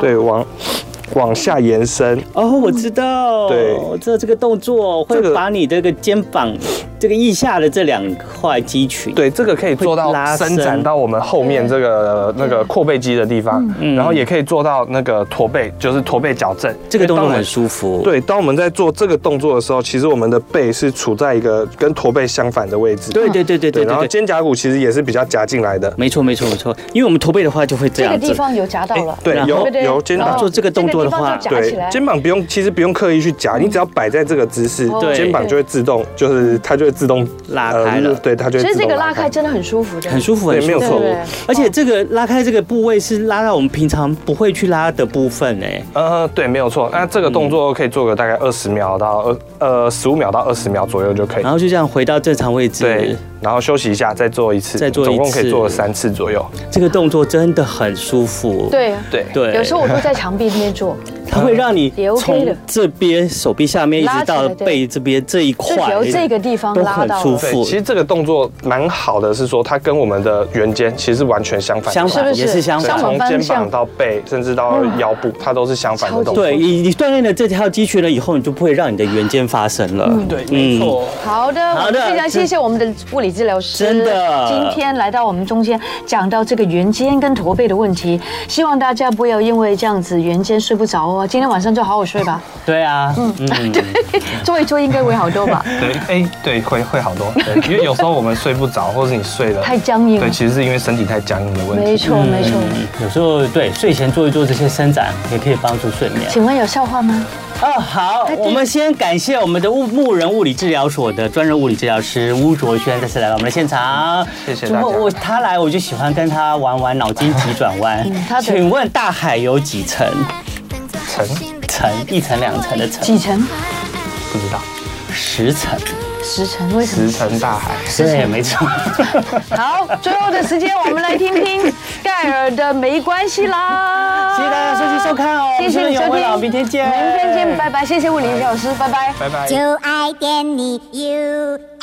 D: 对，往往下延伸，
C: 哦，我知道，
D: 对
C: 这这个动作会
D: 这个
C: 把你这个肩膀这个腋下的这两块肌群，，
D: 对，这个可以做到
C: 会拉伸
D: 伸展到我们后面这个那个阔背肌的地
B: 嗯
D: 方，
C: 嗯
D: 然后也可以做到那个驼背，就是驼背矫正，
C: 这个动
D: 因
C: 作
D: 为当我
C: 很
D: 们
C: 舒服。，
D: 对，当我们在做这个动作的时候，其实我们的背是处在一个跟驼背相反的位置。
C: 对对对对对
D: 对，然后
C: 对对，
D: 肩胛骨其实也是比较夹进来的。
C: 没错没错没错，因为我们驼背的话就会这
B: 这个
C: 样
B: 地
C: 子。
B: 方有夹到了。
D: 哎对，
C: 然后
D: 有
B: 对不对
D: 有肩
B: 然
D: 膀
B: 后
C: 做这个动作的话
B: 哦这个地方就夹起
D: 对，
B: 来。
D: 肩膀不用，其实不用刻意去夹，你只要摆在这个姿势
B: 哦，
C: 对
D: 肩膀就会自动，就是它就会自动呃
C: 拉开了
D: 对，它就会
B: 其
D: 自
B: 实
D: 动
B: 这个拉开真的很舒服的，
C: 很舒服，
D: 对
C: 很舒服
D: 没有错
B: 对不对
C: 而且这个拉开这个部位是拉到我们平常不会去拉的部分哎，
D: 呃，对，没有错。那
C: 嗯
D: 这个动作可以做个大概二十秒到二呃十五秒到二十秒左右就可以
C: 然。后就这样回到正常位
D: 对
C: 置。，
D: 然后休息一下，再做一次，
C: 再做一次
D: 总共可以做三次左右。
C: 这个动作真的很舒服。
B: 对。
D: 对，
C: 对，
B: 有时候我都在墙壁那边做，
C: 它会让你
B: 也 OK
C: 从
B: 的
C: 这边手臂下面一
B: 拉
C: 直
B: 起来
C: 到
B: 对
C: 背这边这一
B: 就
C: 块，
B: 由这个地方
C: 都
B: 拉
C: 很
B: 到
C: 舒
B: 了
D: 对，
C: 服
D: 其。实这个动作蛮好的，是说它跟我们的圆肩其实是完全相反的，
C: 相
B: 是
C: 反
B: 不
C: 也是
B: 是
C: 相
D: 对
C: 反嗯
B: 相
D: 从
B: 反
D: 肩
B: 方
D: 膀
B: 向？
D: 到背，甚至到腰部，它都是相反的动作。
C: 对你，你锻炼了这条肌群了以后，你就不会让你的圆肩发生了。
B: 嗯
C: 嗯
E: 对，没错。
B: 好的，
C: 好
B: 我
C: 的
B: 们非常谢谢我们的物理治疗师，
C: 真的
B: 今天来到我们中间，讲到这个圆肩跟驼背的问题，希望大家不要因为这样子圆肩睡不着哦，今天晚上就好好睡吧，
C: 对啊，嗯，
B: 做一做应该会好多吧，
D: 对，哎，对，会会好 多，对因为有时候我们睡不着，或是你睡了
B: 太僵硬了
D: 对，其实是因为身体太僵硬的问题。嗯
B: 没错没错。
C: 嗯有时候对睡前做一做这些伸展，也可以帮助睡眠。
B: 请问有笑话吗？
C: 哦，好，我们先感谢我们的物牧人物理治疗所的专任物理治疗师巫卓轩再次来到我们的现场，
D: 谢谢大家
C: 我我他来我就喜欢跟他玩玩脑筋急转弯
B: 嗯他。的
C: 请问大海有几层？
D: 层
C: 层一层两层的层，
B: 几层？
D: 不知道，
C: 十层。
B: 十层？为什么
D: 石？沉大海。
C: 对，没错。
B: 好，最后的时间我们来听听盖尔的《没关系啦》。
C: 谢谢大家收听收看哦，
B: 谢谢你
C: 我是
B: 收
C: 永文老
B: 听，
C: 明天见，
B: 明天见，拜拜。谢谢物理老师，拜拜。
D: 拜拜。
F: 就爱点你 UFO。